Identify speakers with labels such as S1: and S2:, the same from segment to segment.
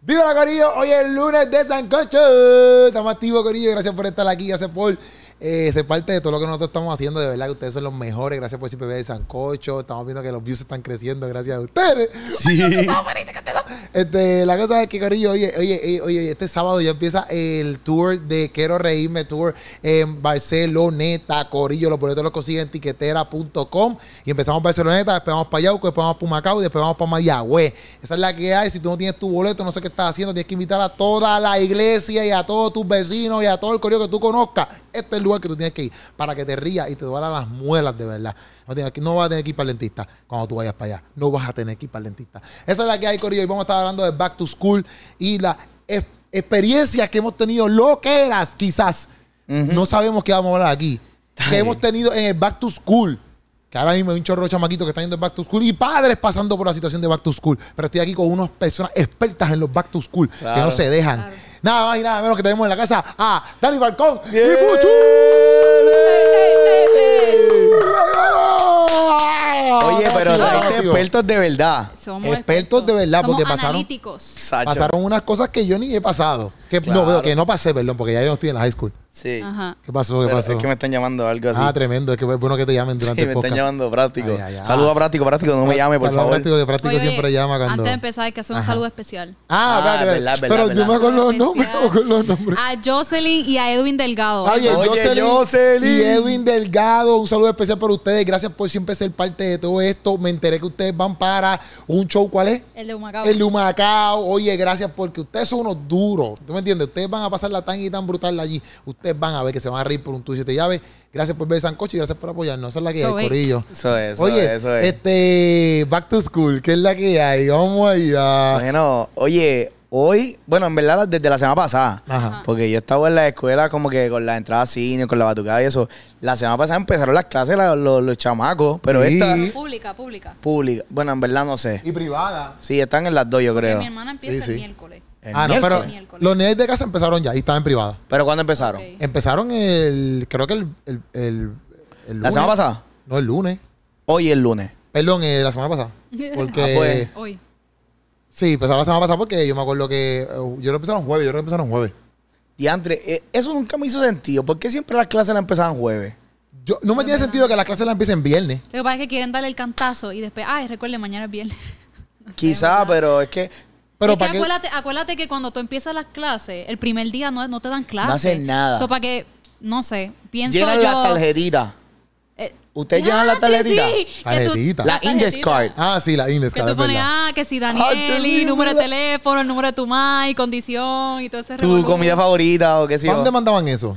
S1: Viva la Corillo, hoy es el lunes de Sancocho. Estamos activos, Corillo. Gracias por estar aquí, gracias por eh, ser parte de todo lo que nosotros estamos haciendo. De verdad que ustedes son los mejores. Gracias por siempre ver el Sancocho. Estamos viendo que los views están creciendo gracias a ustedes.
S2: Sí.
S1: Este, la cosa es que, Corillo, oye, oye, oye, oye, este sábado ya empieza el tour de Quiero Reírme Tour en Barceloneta, Corillo. Los boletos los consiguen en tiquetera.com. Y empezamos Barceloneta, después vamos para Yauco, después vamos para Macao y después vamos para Mayagüez. Esa es la que hay. Si tú no tienes tu boleto, no sé qué estás haciendo, tienes que invitar a toda la iglesia y a todos tus vecinos y a todo el Corillo que tú conozcas. Este es el lugar que tú tienes que ir para que te rías y te duelan las muelas de verdad. No, tienes que- no vas a tener que ir para el dentista cuando tú vayas para allá. No vas a tener que ir para el dentista. Esa es la que hay, Corillo. Y vamos a estar hablando de Back to School y las ex- experiencias que hemos tenido, loqueras quizás. No sabemos qué vamos a hablar aquí. Que hemos tenido en el Back to School. Que ahora mismo hay un chorro de chamaquitos que están yendo en Back to School y padres pasando por la situación de Back to School. Pero estoy aquí con unas personas expertas en los Back to School que no
S2: Claro.
S1: se dejan. Nada más y nada menos que tenemos en la casa a Dani Falcón y
S2: Bien.
S1: Puchu.
S2: Oye, pero este traiste expertos de verdad.
S3: Somos
S1: Expertos de verdad,
S3: Somos
S1: porque pasaron-
S3: analíticos.
S2: Sacho.
S1: Pasaron unas cosas que yo ni he pasado. Que, no,
S2: Claro.
S1: que no pasé, perdón, porque ya yo no estoy en la high school.
S2: Sí.
S3: Ajá.
S1: ¿Qué pasó? ¿Qué
S2: Pero
S1: pasó?
S2: Es que me están llamando algo así.
S1: Ah, tremendo. Es que es bueno que te llamen
S2: Sí,
S1: durante
S2: me
S1: el
S2: están
S1: podcast.
S2: llamando práctico.
S1: Ay, ay, ah. ay.
S2: Saludos a práctico, práctico, no me llame, por
S1: Saludos
S2: favor.
S1: Práctico, de práctico
S3: Oye,
S1: siempre llama cuando...
S3: Antes de empezar, hay que hacer un
S1: Ajá.
S3: saludo especial.
S1: Ah,
S2: Ah,
S1: espérate, espérate.
S2: verdad, verdad,
S1: Pero yo
S2: verdad.
S1: me acuerdo los
S3: Especial.
S1: nombres, me acuerdo los nombres.
S3: A Jocelyn y a Edwin Delgado.
S1: Oye,
S2: Oye,
S1: Jocelyn,
S2: Jocelyn.
S1: y Edwin Delgado, un saludo especial para ustedes. Gracias por siempre ser parte de todo esto. Me enteré que ustedes van para un show, ¿cuál es?
S3: El de Humacao.
S1: El de Humacao. Oye, gracias porque ustedes son unos duros. ¿Tú me entiendes? Ustedes van a pasarla tan y tan brutal allí. Ustedes van a ver que se van a reír por un tuyo. Te llaves. Gracias por ver Sancocho y gracias por apoyarnos. Esa es la que
S3: Eso
S1: hay,
S3: es.
S1: Corillo.
S2: Eso es, eso
S1: Oye,
S2: es, eso es.
S1: este, Back to School, ¿qué es la que hay? Vamos allá.
S2: Bueno, oye, hoy, bueno, en verdad desde la semana pasada,
S1: Ajá.
S2: porque yo estaba en la escuela como que con la entrada a cine, con la batucada y eso. La semana pasada empezaron las clases la- los, los chamacos, pero
S1: Sí.
S2: esta
S3: Pública, pública.
S2: pública. Bueno, en verdad no sé.
S1: Y privada.
S2: Sí, están en las dos, yo
S3: Porque
S2: creo.
S3: mi hermana empieza
S1: Sí, sí.
S3: el miércoles.
S2: El
S1: ah, no, pero
S2: miércoles.
S3: Miércoles.
S1: los nenes de casa empezaron ya y estaban en privada.
S2: ¿Pero cuándo empezaron?
S3: Ok.
S1: Empezaron el. Creo que el. el, el- el lunes.
S2: ¿La semana pasada?
S1: No, el lunes.
S2: Hoy el lunes.
S1: Perdón, eh, la semana pasada. Porque.
S2: Ah, pues.
S3: Hoy.
S1: Sí, empezaron la semana pasada porque yo me acuerdo que. eh, yo creo que empezaron jueves, yo creo que empezaron jueves.
S2: Diantre, eh, eso nunca me hizo sentido. ¿Por qué siempre las clases las empezaban jueves?
S1: Yo, no me tiene sentido que las clases las empiecen viernes.
S3: Lo que pasa es que quieren darle el cantazo y después, ay, recuerde, mañana es viernes. No sé,
S2: Quizá,
S3: ¿verdad?
S2: pero es que
S1: Pero
S3: es que
S1: para qué.
S3: acuérdate, acuérdate que cuando tú empiezas las clases, el primer día no, no te dan clases.
S2: hacen nada.
S3: So, para que, no sé, pienso
S2: llegan
S3: yo...
S2: las tarjetitas.
S3: eh,
S2: ¿Ustedes llevan las
S3: diantre,
S2: tarjetitas?
S3: sí, que tú-
S1: Tarjetita.
S2: La Index Card.
S1: Ah, sí, la Indes,
S3: Que
S1: claro,
S3: tú
S1: es
S3: pones,
S1: verdad.
S3: ah, que si
S2: Ah,
S3: Daniel,
S2: sí,
S3: y número de
S2: ¿verdad?
S3: teléfono, el número de tu madre, condición y todo ese
S2: Tu
S3: revolú.
S2: comida favorita o qué sé
S1: ¿Para
S2: yo.
S1: dónde mandaban eso?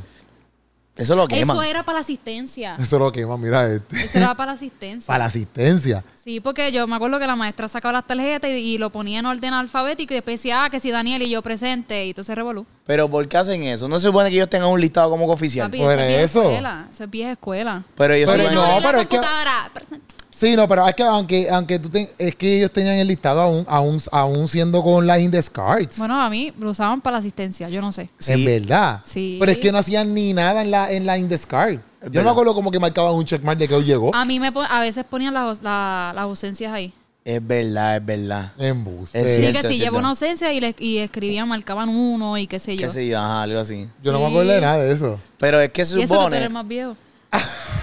S2: Eso lo queman.
S3: Eso era para la asistencia.
S1: Eso es lo que, man, mira, este.
S3: Eso era para la asistencia.
S1: Para la asistencia.
S3: Sí, porque yo me acuerdo que la maestra sacaba las tarjetas y, y lo ponía en orden alfabético y después decía, ah, que si Daniel y yo presente y todo ese revolú.
S2: Pero ¿por qué hacen eso? No se supone que ellos tengan un listado como que oficial.
S3: Papi,
S1: Por
S3: eso es vieja
S1: eso.
S3: escuela. Eso es vieja escuela.
S2: Pero ellos
S1: Pero no,
S2: sí lo
S3: Abre
S2: hacen.
S3: la
S1: pero es que-
S3: computadora, presente.
S1: Sí, no, pero es que aunque, aunque tú ten- es que ellos tenían el listado aún, aún, aún siendo con la Index Cards.
S3: Bueno, a mí lo usaban para la asistencia, yo no sé.
S1: En
S2: Sí.
S1: verdad.
S3: Sí.
S1: Pero es que no hacían ni nada en la, en la Indescard. Yo me
S2: verdad.
S1: acuerdo como que marcaban un checkmark de que hoy llegó.
S3: A mí me pon- a veces ponían las, la- las ausencias ahí.
S2: Es verdad, es verdad.
S1: En bus.
S2: Es
S3: Sí,
S2: cierto,
S3: que si
S2: cierto.
S3: lleva una ausencia y, le, y escribían, marcaban uno y qué sé yo.
S2: Qué sé yo, ajá, algo así.
S1: Yo no me
S3: sí.
S1: acuerdo de nada de eso.
S2: Pero es que
S3: Y
S2: se
S3: eso que tú eres
S2: supone.
S3: más viejo.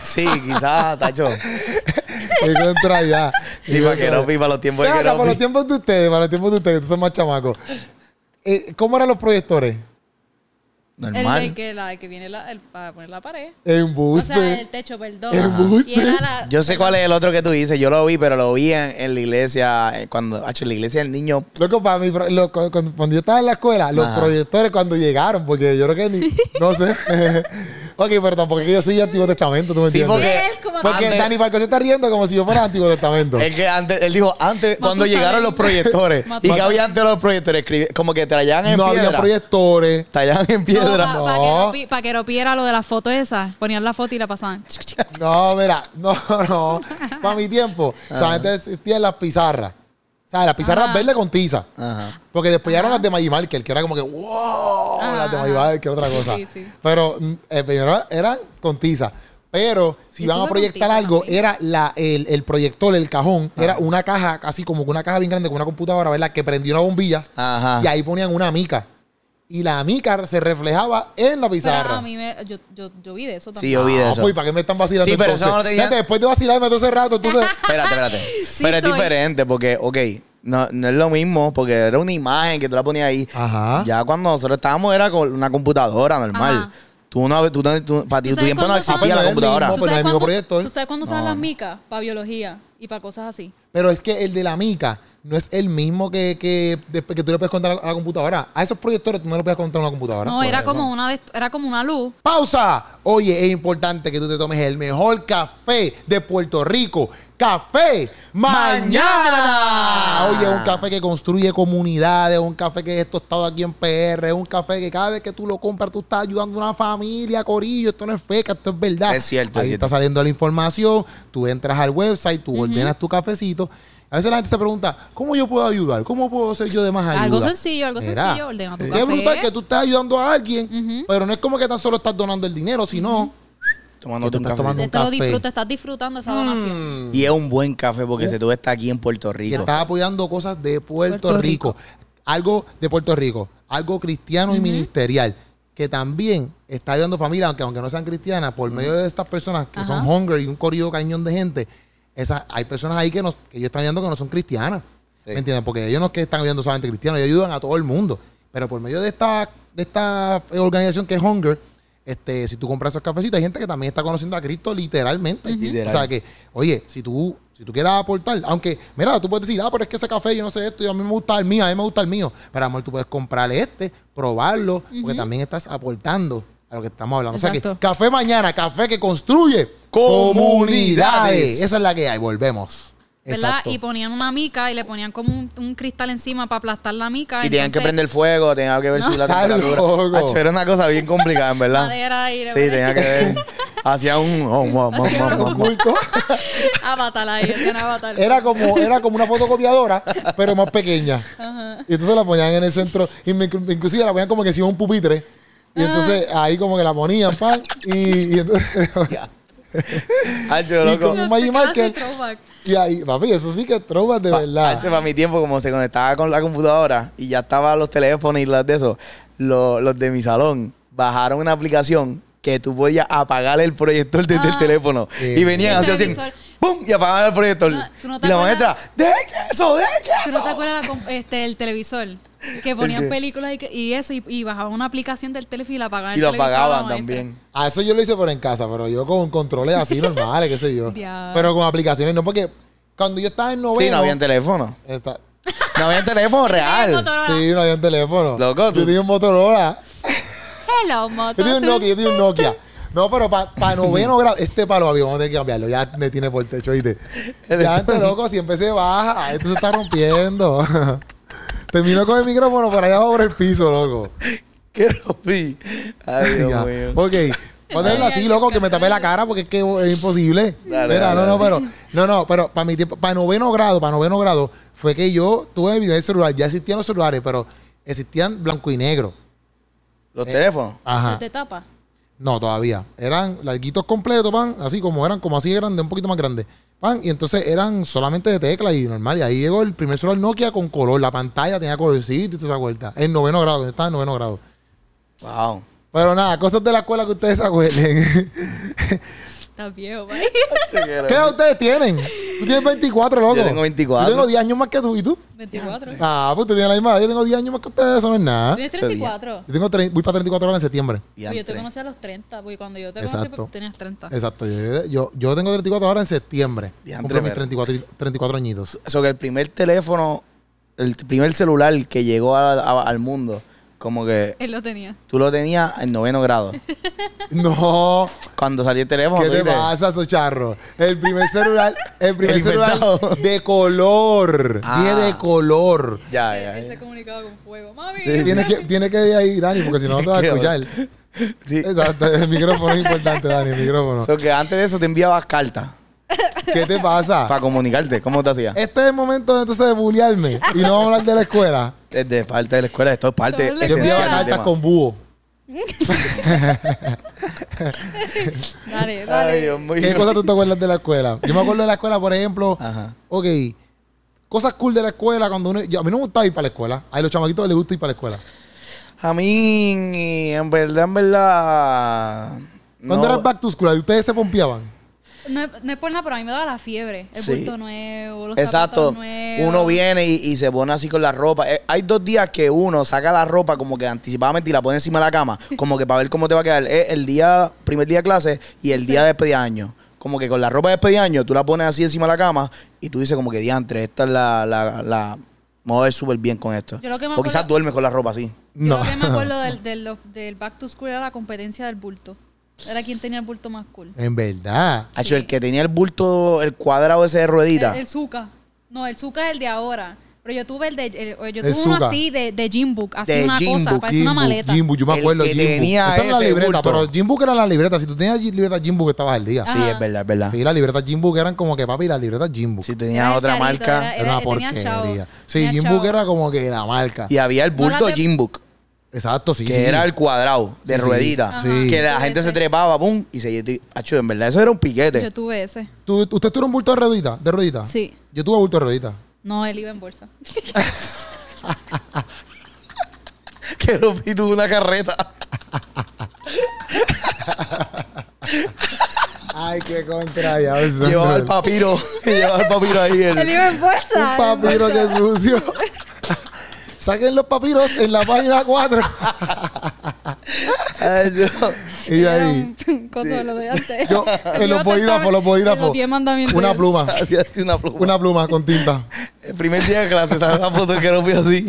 S2: Sí, quizás, Tacho.
S1: Qué contra ya.
S2: Y para que no para los tiempos de
S1: Venga, para los
S2: Keropi.
S1: tiempos de ustedes, para los tiempos de ustedes, que son más chamacos. Eh, ¿Cómo eran los proyectores?
S3: El de
S2: Normal.
S3: que, la, de que viene la, el- para poner la pared.
S1: En
S3: O
S1: bus.
S3: sea, el techo, perdón.
S1: Embuste.
S3: Y era la-
S2: Yo sé cuál es el otro que tú dices. Yo lo vi, pero lo vi en, en la iglesia. eh, Cuando, hacho, en la iglesia del niño.
S1: Loco, para mí, pro- lo- cu- cuando, cuando yo estaba en la escuela, los
S2: Ajá.
S1: proyectores cuando llegaron, porque yo creo que ni. No sé. ok, pero tampoco es que yo soy Antiguo Testamento, ¿tú me
S2: Sí,
S1: entiendes?
S2: porque.
S3: Él como-
S1: Porque
S2: antes-
S1: Dani Falcón se está riendo como si yo fuera Antiguo Testamento.
S2: Es que antes, él dijo, antes, cuando
S3: Matusalén.
S2: llegaron los proyectores, y que
S3: Matusalén.
S2: había antes los proyectores, escribi- como que traían en
S1: no
S2: piedra.
S1: había proyectores.
S2: Traían en piedra.
S3: No,
S1: No.
S3: Para que, Ropi- pa' que Ropi era lo de la foto esa. Ponían la foto y la pasaban.
S1: No, mira, no, no. Para mi tiempo, solamente existían las pizarras. O sea, las pizarras
S3: Ajá.
S1: verdes con tiza.
S2: Ajá.
S1: Porque después llegaron las de Maggie Marker, que era como que, wow,
S3: Ajá,
S1: las de Maggie
S3: ajá.
S1: Marker, otra cosa.
S3: Ah. Sí, sí.
S1: Pero mm, eh, primero eran con tiza. Pero si
S3: Yo
S1: van a
S3: estuve
S1: proyectar
S3: contigo
S1: algo,
S3: también.
S1: era la, el, el proyector, el cajón,
S2: Ah.
S1: era una caja, así como que una caja bien grande con una computadora, ¿verdad? Que prendía una bombilla
S2: Ajá.
S1: y ahí ponían una mica. Y la mica se reflejaba en la
S3: Pero
S1: pizarra.
S3: a mí me, yo, yo, yo vi de eso
S2: Sí,
S3: también.
S2: yo vi de
S1: Ah,
S2: eso.
S1: pues, ¿y ¿para qué me están vacilando?
S2: Sí, pero eso
S1: entonces?
S2: no te digan-
S1: Fíjate, después de vacilarme todo ese rato, entonces.
S2: Espérate, espérate. pero es
S3: soy.
S2: diferente porque, ok, no, no es lo mismo porque era una imagen que tú la ponías ahí.
S1: Ajá.
S2: Ya cuando nosotros estábamos era con una computadora normal.
S3: Ajá.
S2: Tú no, tú, no- tú- para ti
S3: ¿Tú
S2: tu
S3: sabes
S2: tiempo no
S3: cuándo son?
S2: existía
S1: Ah,
S2: la
S1: pero es el
S2: computadora.
S1: mismo-
S3: ¿Tú
S1: pues,
S3: sabes
S1: el amigo
S3: cuándo-
S1: proyector.
S3: ¿Tú sabes cuándo usaban las micas? Para biología y para cosas así.
S1: Pero es que el de la mica no es el mismo que, que, después que tú le puedes contar a la, a la computadora. A esos proyectores tú no le puedes contar a una computadora.
S3: No,
S1: Por
S3: era
S2: pues
S1: eso.
S3: como, una de- era como una luz.
S1: ¡Pausa! Oye, es importante que tú te tomes el mejor café de Puerto Rico. ¡Café Mañana!
S2: Mañana.
S1: Oye, un café que construye comunidades, un café que es tostado aquí en PR, un café que cada vez que tú lo compras tú estás ayudando a una familia, Corillo. Esto no es feca, esto es verdad.
S2: Es cierto,
S1: Ahí
S2: es
S1: está saliendo la información, tú entras al website, tú ordenas tu cafecito. A veces la gente se pregunta, ¿cómo yo puedo ayudar? ¿Cómo puedo ser yo de más ayuda?
S3: Algo sencillo, algo
S1: Mira,
S3: sencillo. Ordena tu
S1: Qué
S3: café.
S1: brutal que tú estás ayudando a alguien,
S3: Ujú.
S1: pero no es como que tan solo estás donando el dinero, sino Que
S2: Tomándote
S1: pues, tú
S2: un
S1: estás
S2: café.
S1: tomando
S2: Mm.
S3: Te,
S1: un
S3: te lo
S1: café.
S3: disfrutas, estás disfrutando esa donación.
S1: mm,
S2: Y es un buen café
S1: Uh.
S2: porque se tuvo está aquí en Puerto
S1: que
S2: Rico.
S1: estás apoyando cosas de Puerto,
S3: Puerto
S1: Rico.
S3: Rico.
S1: algo de Puerto Rico, algo cristiano y ministerial, que también está ayudando familias, aunque, aunque no sean cristianas, por medio de estas personas que son
S3: Ajá.
S1: hunger y un corrido cañón de gente, esas, hay personas ahí que, nos, que ellos están ayudando que no son cristianas.
S2: Sí.
S1: ¿Me entiendes? Porque ellos no es que están ayudando solamente cristianos, ellos ayudan a todo el mundo. Pero por medio de esta, de esta organización que es Hunger, este, si tú compras esos cafecitos, hay gente que también está conociendo a Cristo literalmente.
S2: Literal.
S1: O sea que, oye, si tú, si tú quieres aportar, aunque, mira, tú puedes decir, ah, pero es que ese café, yo no sé esto, y a mí me gusta el mío, a mí me gusta el mío. Pero amor, tú puedes comprar este, probarlo, porque también estás aportando a lo que estamos hablando. O sea
S3: Exacto.
S1: que, café mañana, café que construye
S2: Comunidades.
S1: Esa es la que hay, volvemos.
S3: ¿Verdad?
S1: Exacto.
S3: Y ponían una mica y le ponían como un, un cristal encima para aplastar la mica.
S2: Y tenían que
S3: entonces,
S2: prender fuego, tenían que ver si la
S1: Está
S2: temperatura.
S1: loco.
S2: Hacho, era una cosa bien complicada, en verdad.
S3: Madera, aire,
S2: Sí, tenía
S3: madera.
S2: que ver. Hacía un. oh, mo, mo, mo, mo, mo.
S1: Oculto.
S3: Avatar ahí, tenían avatar.
S1: Era como, era como una fotocopiadora, pero más pequeña. Y entonces la ponían en el centro, y me- inclusive la ponían como que encima de un pupitre. Y entonces ahí como que la ponían, pan, y, y entonces...
S2: Hacho,
S1: Y
S2: loco.
S1: como un Magic eh.
S3: Casi
S1: Michael.
S3: throwback.
S1: Y ahí, papi, eso sí que trova de verdad.
S2: Hacho, para mi tiempo, como se conectaba con la computadora y ya estaban los teléfonos y las de eso, lo- los de mi salón bajaron una aplicación que tú podías apagar el proyector desde el
S3: Ah.
S2: teléfono.
S1: Qué
S2: y venían así,
S3: bueno.
S2: así,
S3: Televisor.
S2: ¡pum! Y apagaban el proyector.
S3: No, tú no
S2: y
S3: te
S2: la
S3: acuerdas-
S2: maestra, ¡dejen eso, dejen
S3: ¿Tú
S2: eso!
S3: no te acuerdas la com- este, el televisor? Que
S2: qué?
S3: ponían películas y, que- y eso, y, y bajaban una aplicación del teléfono y la apagaban.
S2: y
S3: el
S2: lo
S3: televisor Este, a la
S2: apagaban
S3: maestra.
S2: también.
S1: A eso yo lo hice por en casa, pero yo con controles así normales, qué sé yo.
S3: Ya.
S1: Pero con aplicaciones, no, porque cuando yo estaba en noveno...
S2: Sí, no habían teléfono.
S1: esta-
S2: No habían teléfono
S3: Hey,
S2: real.
S3: Motorola.
S1: Sí, no habían teléfono.
S2: Loco,
S1: yo
S2: tú-
S1: tenía un Motorola.
S3: Hello,
S1: Yo tenía un
S3: Motorola.
S1: Nokia, yo tenía un Nokia. No, pero para noveno grado, este palo, papi, vamos a tener que cambiarlo. Ya me tiene por techo, ¿viste? Ya antes, loco, siempre se baja. ah, Esto se está rompiendo. Terminó con el micrófono por allá sobre el piso, loco.
S2: Qué rompí. Ay,
S1: Ya.
S2: Dios mío.
S1: Ok. Ponerlo
S3: Ay,
S1: así,
S3: ay,
S1: loco, que me
S3: carajo.
S1: tapé la cara porque es que es imposible.
S2: Dale,
S1: Mira,
S2: dale,
S1: no, no, pero, no, no, pero para mi tiempo, para noveno grado, para noveno grado, fue que yo tuve mi primer celular. Ya existían los celulares, pero existían blanco y negro. eh.
S2: Los teléfonos.
S1: Ajá.
S3: ¿Te tapa?
S1: No, todavía. Eran larguitos completos, pan, así como eran, como así de grande, un poquito más grande. Pan, y entonces eran solamente de tecla y normal. Y ahí llegó el primer celular Nokia con color. La pantalla tenía colorcito y toda esa vuelta. En noveno grado, yo estaba en noveno grado.
S2: Wow.
S1: Pero nada, cosas de la escuela que ustedes se acuerden.
S3: Estás viejo, man.
S1: ¿Qué edad ustedes tienen? Tú tienes 24, loco.
S2: Yo tengo 24.
S1: Yo tengo 10 años más que tú. ¿Y tú?
S3: 24. ¿Tú
S1: Ah, pues te tienes la misma edad. Yo tengo 10 años más que ustedes. Eso no es nada.
S3: ¿Tienes
S2: Ocho días.
S3: 34?
S1: Yo tengo tre- voy para 34 horas en septiembre.
S3: Pues yo te conocí a los 30, porque cuando yo te conocí
S1: Exacto.
S3: pues, tenías 30.
S1: Exacto. Yo, yo, yo tengo 34 horas en septiembre.
S2: Diantre,
S1: Cumplo mis
S2: pero-
S1: 34, y- 34 añitos.
S2: O sea, que el primer teléfono, el primer celular que llegó al- a- al mundo, como que
S3: Él lo tenía.
S2: tú lo tenías en noveno grado.
S1: No.
S2: Cuando salió el teléfono,
S1: ¿Qué te
S2: ¿viste?
S1: pasa, charro? El primer celular, el primer
S2: El
S1: celular
S2: inventado.
S1: de color.
S2: Ah.
S1: Viene de color.
S2: Ya,
S3: Él,
S2: ya,
S3: él se
S2: ya.
S3: comunicaba con fuego. ¡Mami!
S2: Sí, sí.
S1: Tienes que, tienes que ir ahí, Dani, porque si no, no te vas a
S2: Qué bueno.
S1: escuchar.
S2: Sí.
S1: Exacto, el micrófono es importante, Dani, el micrófono.
S2: O sea, que antes de eso te enviabas cartas
S1: ¿Qué te pasa?
S2: para comunicarte. ¿Cómo te hacías?
S1: Este es el momento entonces de bullearme y no vamos a hablar de la escuela.
S2: Desde parte de la escuela, esto es parte
S3: Todo en la
S1: Yo
S2: esencial
S1: enviaba
S2: del
S1: cartas
S2: tema.
S1: con búho.
S3: Dale, dale.
S2: Ay, Dios mío.
S1: ¿Qué cosas tú te acuerdas de la escuela? Yo me acuerdo de la escuela, por ejemplo,
S2: Ajá.
S1: ok, cosas cool de la escuela, cuando uno, yo- a mí no me gustaba ir para la escuela, a los chamaquitos les gusta ir para la escuela.
S2: A mí, en verdad, en verdad.
S1: Cuando
S2: no-
S1: eras back to school, ahí ustedes se pompeaban.
S3: No, es, no es por nada, pero a mí me daba la fiebre. El
S2: Sí.
S3: bulto nuevo, los
S2: Exacto.
S3: zapatos nuevos.
S2: Uno viene y, y se pone así con la ropa. Eh, hay dos días que uno saca la ropa como que anticipadamente y la pone encima de la cama, como que para ver cómo te va a quedar. Es el día, primer día de clase y el día de despedida de año. Como que con la ropa de despedida de año, tú la pones así encima de la cama y tú dices como que diantre, esta es la, la, la me voy a ver súper bien con esto.
S3: Yo lo que me
S2: o quizás
S3: acuerdo-
S2: duermes con la ropa así.
S1: No.
S3: Yo lo que me acuerdo del, del, del Back to School era la competencia del bulto. Era quien tenía el bulto más cool.
S1: En verdad.
S2: Hacho, el que tenía el bulto, el cuadrado ese de ruedita.
S3: El, el Zuka. No, el Zuka es el de ahora. Pero yo tuve el de. el- yo
S1: El
S3: tuve uno
S1: Zuka.
S3: así de, de gym book. Así
S2: De
S3: una
S2: gym
S3: cosa.
S2: book,
S3: parece una
S1: Jimbo,
S3: maleta.
S1: Jimbo, yo me
S2: El
S1: acuerdo de
S2: que
S1: Jimbo.
S2: tenía
S1: Esta no era la
S2: ese
S1: libreta,
S2: bulto.
S1: pero Jimbo que era la libreta. Si tú tenías libreta Jimbo que estabas al día.
S3: Ah.
S2: sí,
S3: Ajá.
S2: es verdad, es verdad.
S1: Sí, la libreta Jimbo que eran como que papi, la libreta Jimbo.
S2: Si
S3: Era
S2: tenía
S3: el
S2: otra
S3: carito,
S2: marca.
S3: era-
S1: era una
S3: tenía chavo,
S1: porquería. Sí,
S3: tenía
S1: Jimbo
S3: chavo.
S1: que era como que la marca.
S2: Y había el
S3: No, la
S2: bulto
S3: de-
S2: Jim Book.
S1: Exacto, sí.
S2: que
S1: sí.
S2: era el cuadrado de
S1: Sí, sí.
S2: ruedita.
S3: Ajá.
S1: Sí.
S2: Que la gente se trepaba, pum, y se Acho, en verdad, eso era un
S3: Yo
S2: piquete.
S3: tuve ese.
S1: ¿Tú- ¿Usted tuvo un bulto de ruedita? ¿De
S2: Ah.
S1: ruedita?
S3: Sí.
S1: Yo tuve bulto de ruedita.
S3: No, él iba en bolsa.
S2: Que lo vi tuvo una carreta.
S1: Ay, qué contra, ya.
S2: Llevaba al papiro. Llevaba al papiro ahí. el-
S3: él iba en bolsa.
S1: Un papiro que sucio. Saquen los papiros en la página 4.
S2: Ay, yo-
S1: Y
S3: Era
S1: ahí.
S3: un coso lo de antes.
S1: Yo, en los bolígrafos, los bolígrafos.
S3: En los diez mandamientos.
S1: Una pluma.
S2: Hacía así una pluma.
S1: Una pluma con tinta.
S2: El primer día de clase, ¿sabes? La foto que lo fui así,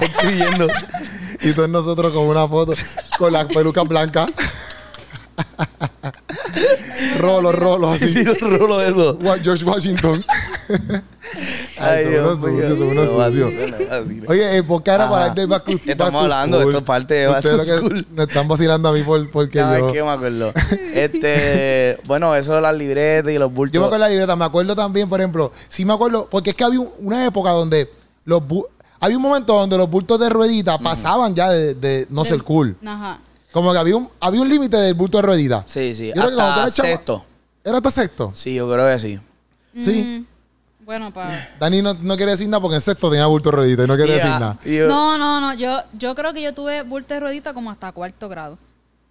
S2: escribiendo.
S1: Y todos nosotros con una foto con las pelucas blancas. Rolo, rolo,
S2: Sí,
S1: así.
S2: sí, los rulos de eso.
S1: Wa- George Washington. Ay,
S2: Ay, Dios
S1: son unos sucios, son
S2: mío.
S1: unos
S2: No vacilo,
S1: sucios.
S2: no vacilo.
S1: Oye, eh, ¿por qué ahora
S2: Ajá.
S1: para de Back to-
S2: Estamos
S1: Back to
S2: hablando,
S1: School?
S2: esto es parte de Back
S1: Ustedes
S2: to
S1: lo que
S2: School.
S1: Me están vacilando a mí por, porque
S2: ¿Sabes
S1: yo...
S2: qué me acuerdo? Este, bueno, eso de las libretas y los bultos.
S1: Yo me acuerdo de la libreta, me acuerdo también, por ejemplo, sí me acuerdo, porque es que había un- una época donde los bu- había un momento donde los bultos de ruedita pasaban ya de, de no ser cool.
S3: Ajá.
S1: Como que había un, había un límite del bulto de ruedita.
S2: Sí, sí.
S1: Yo creo que cuando tú
S2: Hasta
S1: eras chama-
S2: sexto.
S1: ¿Era hasta sexto?
S2: Sí, yo creo que sí.
S1: Sí.
S3: Mm, Bueno, para.
S1: Dani no, no quiere decir nada porque en sexto tenía bulto de ruedita y no quiere
S2: Ya,
S1: decir nada.
S2: yo-
S3: No, no, no. Yo, yo creo que yo tuve bulto de ruedita como hasta cuarto grado.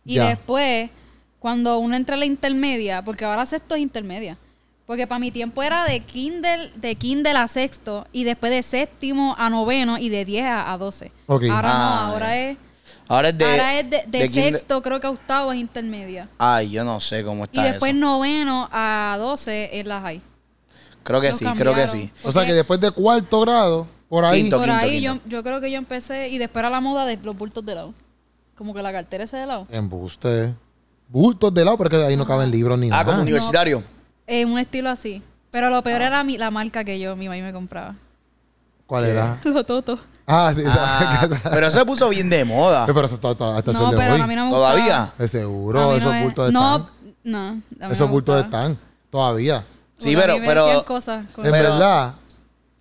S3: Y
S1: Ya.
S3: después, cuando uno entra a la intermedia, porque ahora sexto es intermedia. Porque para mi tiempo era de Kindle, de Kindle a sexto, y después de séptimo a noveno, y de 10 a, a 12.
S1: Ok.
S3: Ahora
S2: Ah,
S3: no, ahora es,
S2: Ahora es de.
S3: ahora es de, de
S2: de kinder-
S3: sexto, creo que a octavo es intermedia.
S2: Ay, yo no sé cómo
S3: Y
S2: está
S3: después
S2: eso.
S3: noveno a 12 es la high.
S2: Creo que
S3: lo
S2: sí, creo que
S3: cambiaron.
S2: sí.
S1: O sea que después de cuarto grado, por ahí...
S2: Quinto.
S3: Por ahí Yo, yo creo que yo empecé y después era la moda de los bultos de lado. Como que la cartera ese de lado.
S1: Embuste. Bultos de lado, porque ahí no caben libros ni
S2: Ah, como
S1: nada.
S2: universitario.
S3: Eh, un estilo así. Pero lo
S1: Ah.
S3: peor era mi- la marca que yo, mi mamá me compraba.
S1: ¿Cuál era?
S3: Lo toto.
S1: Ah, sí,
S2: Ah,
S1: esa-
S2: pero eso se puso bien de moda.
S1: Eh, pero eso está, está- hasta
S3: No,
S1: el de
S3: pero
S1: hoy.
S3: a mí no me gustaba.
S2: ¿Todavía?
S1: Eh,
S3: A
S1: Seguro,
S3: mí
S1: esos
S3: me-
S1: bultos de
S3: No, no. a mí no me
S1: Esos bultos
S3: gustaba.
S1: están todavía.
S2: Sí,
S3: Porque a
S2: pero-
S3: mí me
S2: pero-
S3: decían cosas con-
S1: En
S2: Pero-
S1: verdad,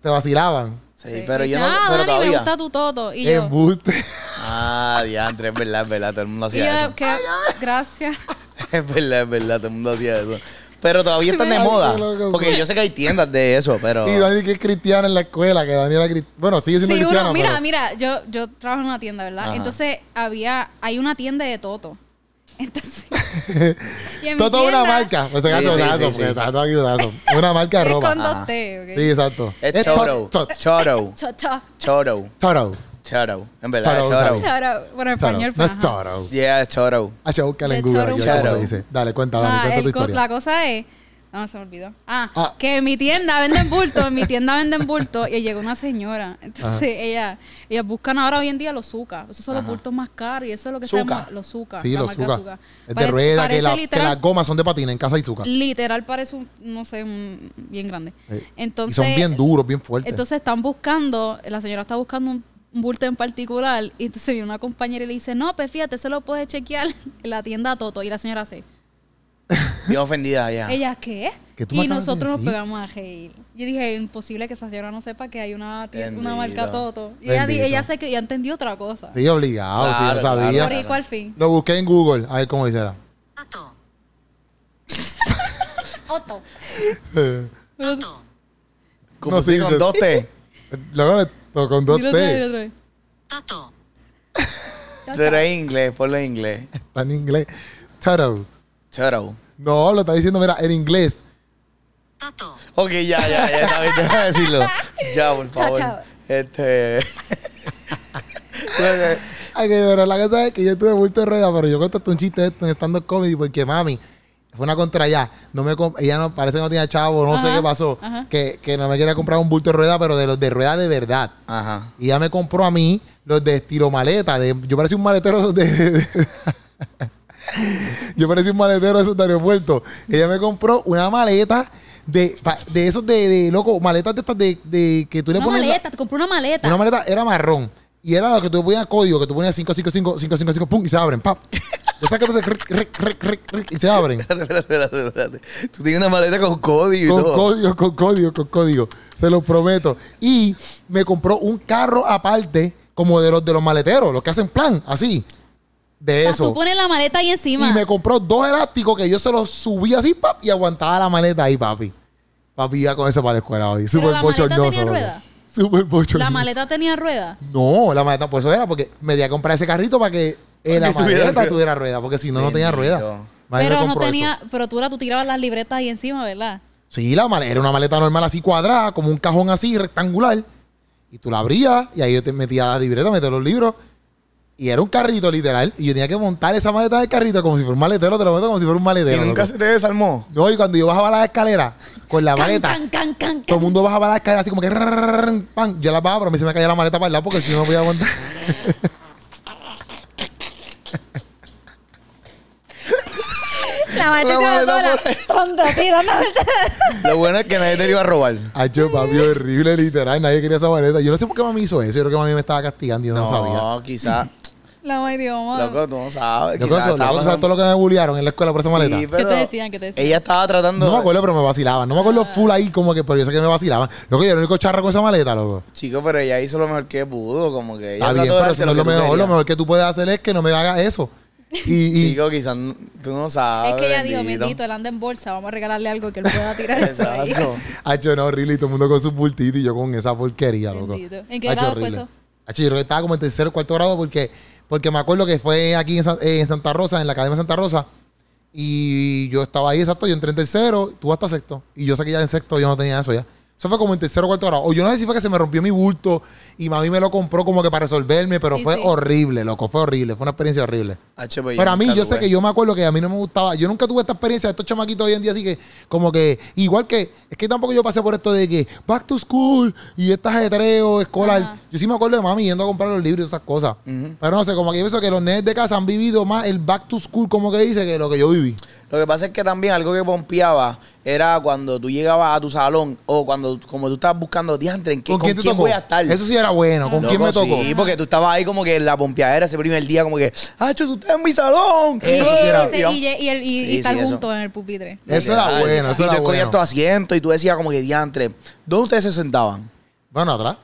S1: te vacilaban.
S2: Sí,
S3: Sí.
S2: pero
S3: Me
S2: yo
S3: decían,
S2: no.
S3: "Ah,
S2: Pero
S3: Dani, me
S2: todavía.
S3: gusta tu toto. Y yo,
S1: Embuste.
S2: Ah, diantre, es verdad, es verdad. Todo el mundo
S3: y yo,
S2: hacía eso.
S3: que- gracias.
S2: Es verdad, es verdad. Todo el mundo hacía eso. Pero todavía están de
S1: Ay, qué
S2: moda.
S1: loco
S2: Porque
S1: soy.
S2: yo sé que hay tiendas de eso, pero.
S1: Y Dani que es cristiana en la escuela, que Dani era cri- Bueno, sigue siendo
S3: Sí, uno-
S1: cristiana,
S3: mira,
S1: pero-
S3: mira, yo, yo trabajo en una tienda, ¿verdad?
S2: Ajá.
S3: Entonces había, hay una tienda de Toto. Entonces. y en mi
S1: Toto es una
S3: tienda
S1: marca. pues, Me estoy
S2: Sí,
S1: dando
S2: sí,
S1: brazo,
S2: sí,
S1: porque
S2: sí.
S1: está todo aquí brazo. Una marca de
S3: Es
S1: ropa.
S3: con dos
S2: Ajá.
S3: T, ¿ok?
S1: Sí, exacto.
S2: Es
S1: to-
S2: choro.
S1: to-
S2: Choro.
S3: Toto.
S2: Choro.
S1: Toro.
S2: Choro. En verdad,
S1: Choro,
S2: es choro.
S1: choro.
S3: Choro. Bueno, en
S1: Toro.
S3: español,
S1: No
S3: pero
S1: es
S3: ajá.
S1: toro.
S2: Yeah, es choro.
S1: Hacha, búscala en
S3: De
S1: Google.
S3: choro.
S1: aquí, a ver cómo
S2: Choro.
S1: se dice. Dale, cuenta,
S3: Nada,
S1: Dani, cuenta
S3: Ah, el
S1: tu
S3: co-
S1: historia.
S3: la cosa es. No, se me olvidó. Ah,
S1: Ah.
S3: que en mi tienda venden bulto, en mi tienda venden bulto y llegó una señora. Entonces ella, ellas buscan ahora hoy en día los Zuka. Esos son los bultos más caros y eso es lo que
S2: Zuka.
S3: sabemos, los Zuka.
S1: Sí,
S3: la
S1: los
S3: marca
S1: suga.
S3: Zuka.
S1: Es de
S3: Parece-
S1: rueda, que
S3: parece
S1: la- que
S3: literal-
S1: las gomas son de patina en casa y suga.
S3: Literal parece un, no sé, un- bien grande.
S1: Eh,
S3: Entonces,
S1: y son bien duros, bien fuertes.
S3: entonces están buscando, la señora está buscando un, un bulto en particular y entonces viene una compañera y le dice, no, pues fíjate, se lo puedes chequear en la tienda Toto. Y la señora hace,
S2: Bien ofendida ya.
S3: ¿Ella qué?
S1: ¿Qué Ah. tú me
S3: Y
S1: acabas de
S3: nosotros nos
S1: decir?
S3: pegamos a reír. Yo dije, imposible que esa señora no sepa que hay una, tie-
S2: Bendito.
S3: una marca Toto. Y ella, di-
S1: Bendito.
S3: ella se que ya entendió otra cosa.
S1: Sí, obligado, sí,
S2: Claro,
S1: lo sabía.
S2: claro.
S3: Boricua al fin.
S1: Lo busqué en Google, a ver cómo hiciera.
S4: Otto. Otto. Otto.
S2: Como
S1: No,
S2: si
S1: sí,
S2: con
S1: sí.
S2: dos T.
S1: Luego le tocó con dos
S3: Dilo otra vez, dilo
S1: T.
S3: otra vez.
S4: Toto.
S3: Ya
S2: Tú
S3: está.
S2: eres inglés, ponlo en inglés.
S1: Está en inglés. Taro.
S2: Choro.
S1: No, lo está diciendo, mira, en inglés.
S4: Toto.
S2: Ok, ya, ya, ya, David, déjame decirlo. Ya, por favor.
S3: chao.
S2: Este.
S1: Ay, que, pero la cosa es que yo estuve vuelto de rueda, pero yo contaste un chiste de esto en stand-up comedy porque mami fue una contra allá. No me com- ella no, parece que no tenía chavo, no sé
S3: Ajá,
S1: qué pasó.
S3: ajá.
S1: Que, que no me quería comprar un bulto de rueda, pero de los de rueda de verdad.
S2: Ajá.
S1: Y ella me compró a mí los de estilo maleta. de- yo parecía un maletero esos de. de- yo parecía un maletero esos de aeropuerto. Ella me compró una maleta de, pa- de esos de, de, loco, maletas de estas de, de que tú le
S3: Una
S1: pones. la-
S3: maleta, te compré una maleta.
S1: una maleta era marrón. Y era lo que tú ponías código, que tú ponías 555, 555, pum, y se abren, pap. Lo sacas, entonces, ric, ric, ric, ric, ric, y se abren.
S2: Espérate, espérate, espérate. Tú tienes una maleta con código y
S1: Con
S2: todo.
S1: código, con código, con código. Se lo prometo. Y me compró un carro aparte, como de los de los maleteros, los que hacen plan, así. De
S3: Pa,
S1: eso.
S3: Tú pones la maleta ahí encima.
S1: Y me compró dos elásticos que yo se los subía así, pap, y aguantaba la maleta ahí, papi. Papi iba con eso para la escuela hoy. Súper
S3: la maleta tenía
S1: bochornoso. loco.
S3: rueda.
S1: Súper bochornoso.
S3: La maleta tenía ruedas.
S1: No, la maleta, por eso era, porque me di a comprar ese carrito para que eh, la
S2: Para que tuviera
S1: maleta
S2: rueda.
S1: tuviera rueda, porque si no, no tenía
S2: Bendito.
S1: rueda. Mami me
S3: Pero no
S1: compró eso.
S3: tenía, pero tú, era- tú tirabas las libretas ahí encima, ¿verdad?
S1: Sí, la maleta, era una maleta normal así cuadrada, como un cajón así, rectangular. Y tú la abrías, y ahí yo te metía la libreta, metía los libros. Y era un carrito literal. Y yo tenía que montar esa maleta del carrito como si fuera un maletero, te lo meto como si fuera un
S2: Y
S1: maletero.
S2: nunca
S1: loco.
S2: se te desarmó.
S1: No, y cuando yo bajaba las escaleras con la
S3: Can,
S1: maleta,
S3: can, can, can,
S1: todo el
S3: can.
S1: mundo bajaba las escaleras así como que rrrrrrrrrrrrrrrrrrrrrrrrrrrrrrrrrrrrrrrrrrrrrrrrrrrrrrrrrrrrrrrrr, pan. Yo la bajaba, pero a mí se me caía la maleta para el lado porque si no no podía aguantar.
S3: La maleta
S2: La
S3: tiraba
S2: maleta
S3: sola.
S2: por ahí.
S3: Tonto, tira la maleta.
S2: Lo bueno es que nadie te lo iba a robar.
S1: Hacho, papi, horrible, literal. Nadie quería esa maleta. Yo no sé por qué mami hizo eso. Yo creo que mami me estaba castigando y yo no, sabía.
S2: quizás.
S3: La madre de mamá.
S2: Loco, tú no sabes.
S1: Yo
S2: quizás
S1: creo que eso-
S2: estaba
S1: loco, ¿sabes
S2: pasando-
S1: todo lo que me bullearon en la escuela por esa maleta?
S2: Sí,
S3: ¿Qué
S2: pero
S3: te decían? ¿Qué te decían?
S2: Ella estaba tratando.
S1: No me acuerdo, pero me vacilaban. No me
S2: Ah.
S1: acuerdo full ahí como que, pero yo sé que me vacilaban. Loco, yo era el único charro con esa maleta, loco.
S2: Chico, pero ella hizo lo mejor que pudo. Como que ella
S1: Está bien,
S2: trató de
S1: pero
S2: hacer
S1: eso no es lo
S2: que tú
S1: mejor. Lo
S2: querías.
S1: mejor que tú puedes hacer es que no me hagas eso. Y, y
S2: Chico, quizás n- tú no sabes.
S3: Es que ella
S2: ah,
S3: dijo,
S2: bendito.
S3: bendito, él anda en bolsa, vamos a regalarle algo que él pueda tirar eso ahí.
S2: Exacto.
S1: hacho, no, horrible. Y todo el mundo con sus bultitos y yo con esa porquería, loco.
S3: Bendito. ¿En qué
S1: Hacho,
S3: grado fue
S1: horrible.
S3: eso?
S1: Hacho, yo creo que estaba como en tercero o cuarto grado porque, porque me acuerdo que fue aquí en, San- eh, en Santa Rosa, en la Academia Santa Rosa. Y yo estaba ahí, exacto. Yo entré en tercero, tú hasta sexto. Y yo sé que ya en sexto yo no tenía eso ya. Eso fue como en tercero o cuarto grado. O yo no sé si fue que se me rompió mi bulto y mami me lo compró como que para resolverme, pero
S3: Sí,
S1: fue
S3: sí.
S1: horrible, loco. Fue horrible. Fue una experiencia horrible.
S2: H, pues,
S1: Pero a mí,
S2: nunca
S1: yo
S2: lo
S1: sé
S2: ve.
S1: que yo me acuerdo que a mí no me gustaba. Yo nunca tuve esta experiencia de estos chamaquitos hoy en día, así que, como que, igual que, es que tampoco yo pasé por esto de que back to school y estas ajetreo, escolar.
S3: Ajá.
S1: Yo sí me acuerdo de mami yendo a comprar los libros y esas cosas. Pero no sé, como que yo pienso que los nerds de casa han vivido más el back to school, como que dice, que lo que yo viví.
S2: Lo que pasa es que también algo que pompeaba era cuando tú llegabas a tu salón o cuando, como tú estabas buscando, diantre, ¿en qué, ¿con, quién, voy a estar?
S1: Eso sí era bueno. ¿Con
S2: Loco,
S1: quién me tocó?
S2: Sí, porque tú estabas ahí como que en la pompeadera ese primer día, como que, ¡Hacho, tú estás en mi salón!
S3: Y-
S1: Eso sí
S3: y-
S1: era-
S3: ese- y, y, el- y- y
S2: Sí,
S3: estar
S2: sí, eso. Ah.
S3: juntos en el pupitre.
S1: Eso era
S2: Literal.
S1: bueno, eso
S2: Y
S1: era
S2: tú escogías
S1: bueno.
S2: tu asiento y tú decías como que, diantre, ¿dónde ustedes se sentaban?
S1: Bueno, atrás.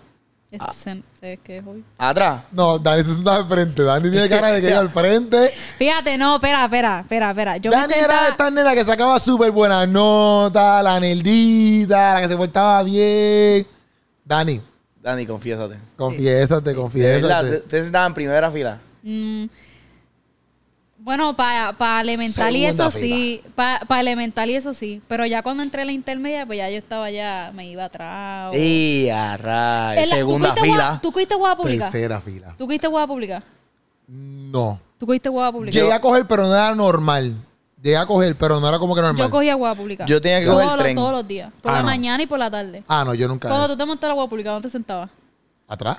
S3: Este se- se- que es hoy.
S2: ¿Atrás?
S1: No, Dani se sentaba al frente. Dani tiene cara de que iba al frente.
S3: Fíjate, no, espera, espera, espera, espera. Yo
S1: Dani
S3: me
S1: era
S3: sentaba...
S1: esta nena que sacaba súper buenas notas, la nerdita, la que se portaba bien. Dani,
S2: Dani, confiésate.
S1: confiésate,
S2: De verdad,
S1: confiésate.
S2: ustedes estaban en primera fila.
S3: Mm, bueno, para elemental y
S1: Segunda
S3: eso sí, para elemental y eso sí, pero ya cuando entré a la intermedia, pues ya yo estaba ya, me iba atrás. o-
S2: ¡Y a rayos!
S3: En la- ¿tú
S2: Segunda
S3: cogiste guagua-
S2: fila.
S3: ¿Tú cogiste guagua pública?
S1: Tercera fila.
S3: ¿Tú cogiste guagua pública?
S1: No.
S3: ¿Tú cogiste guagua pública?
S1: Llegué a coger, pero no era normal. Llegué a coger, pero no era como que normal.
S3: Yo cogía guagua pública.
S2: Yo tenía que
S3: Todos
S2: coger el
S3: los-
S2: tren.
S3: Todos los días. Por
S1: Ah,
S3: la
S1: no.
S3: mañana y por la tarde.
S1: Ah, no, yo nunca.
S3: Cuando tú te montaste la guagua pública, ¿dónde te sentabas?
S1: ¿Atrás?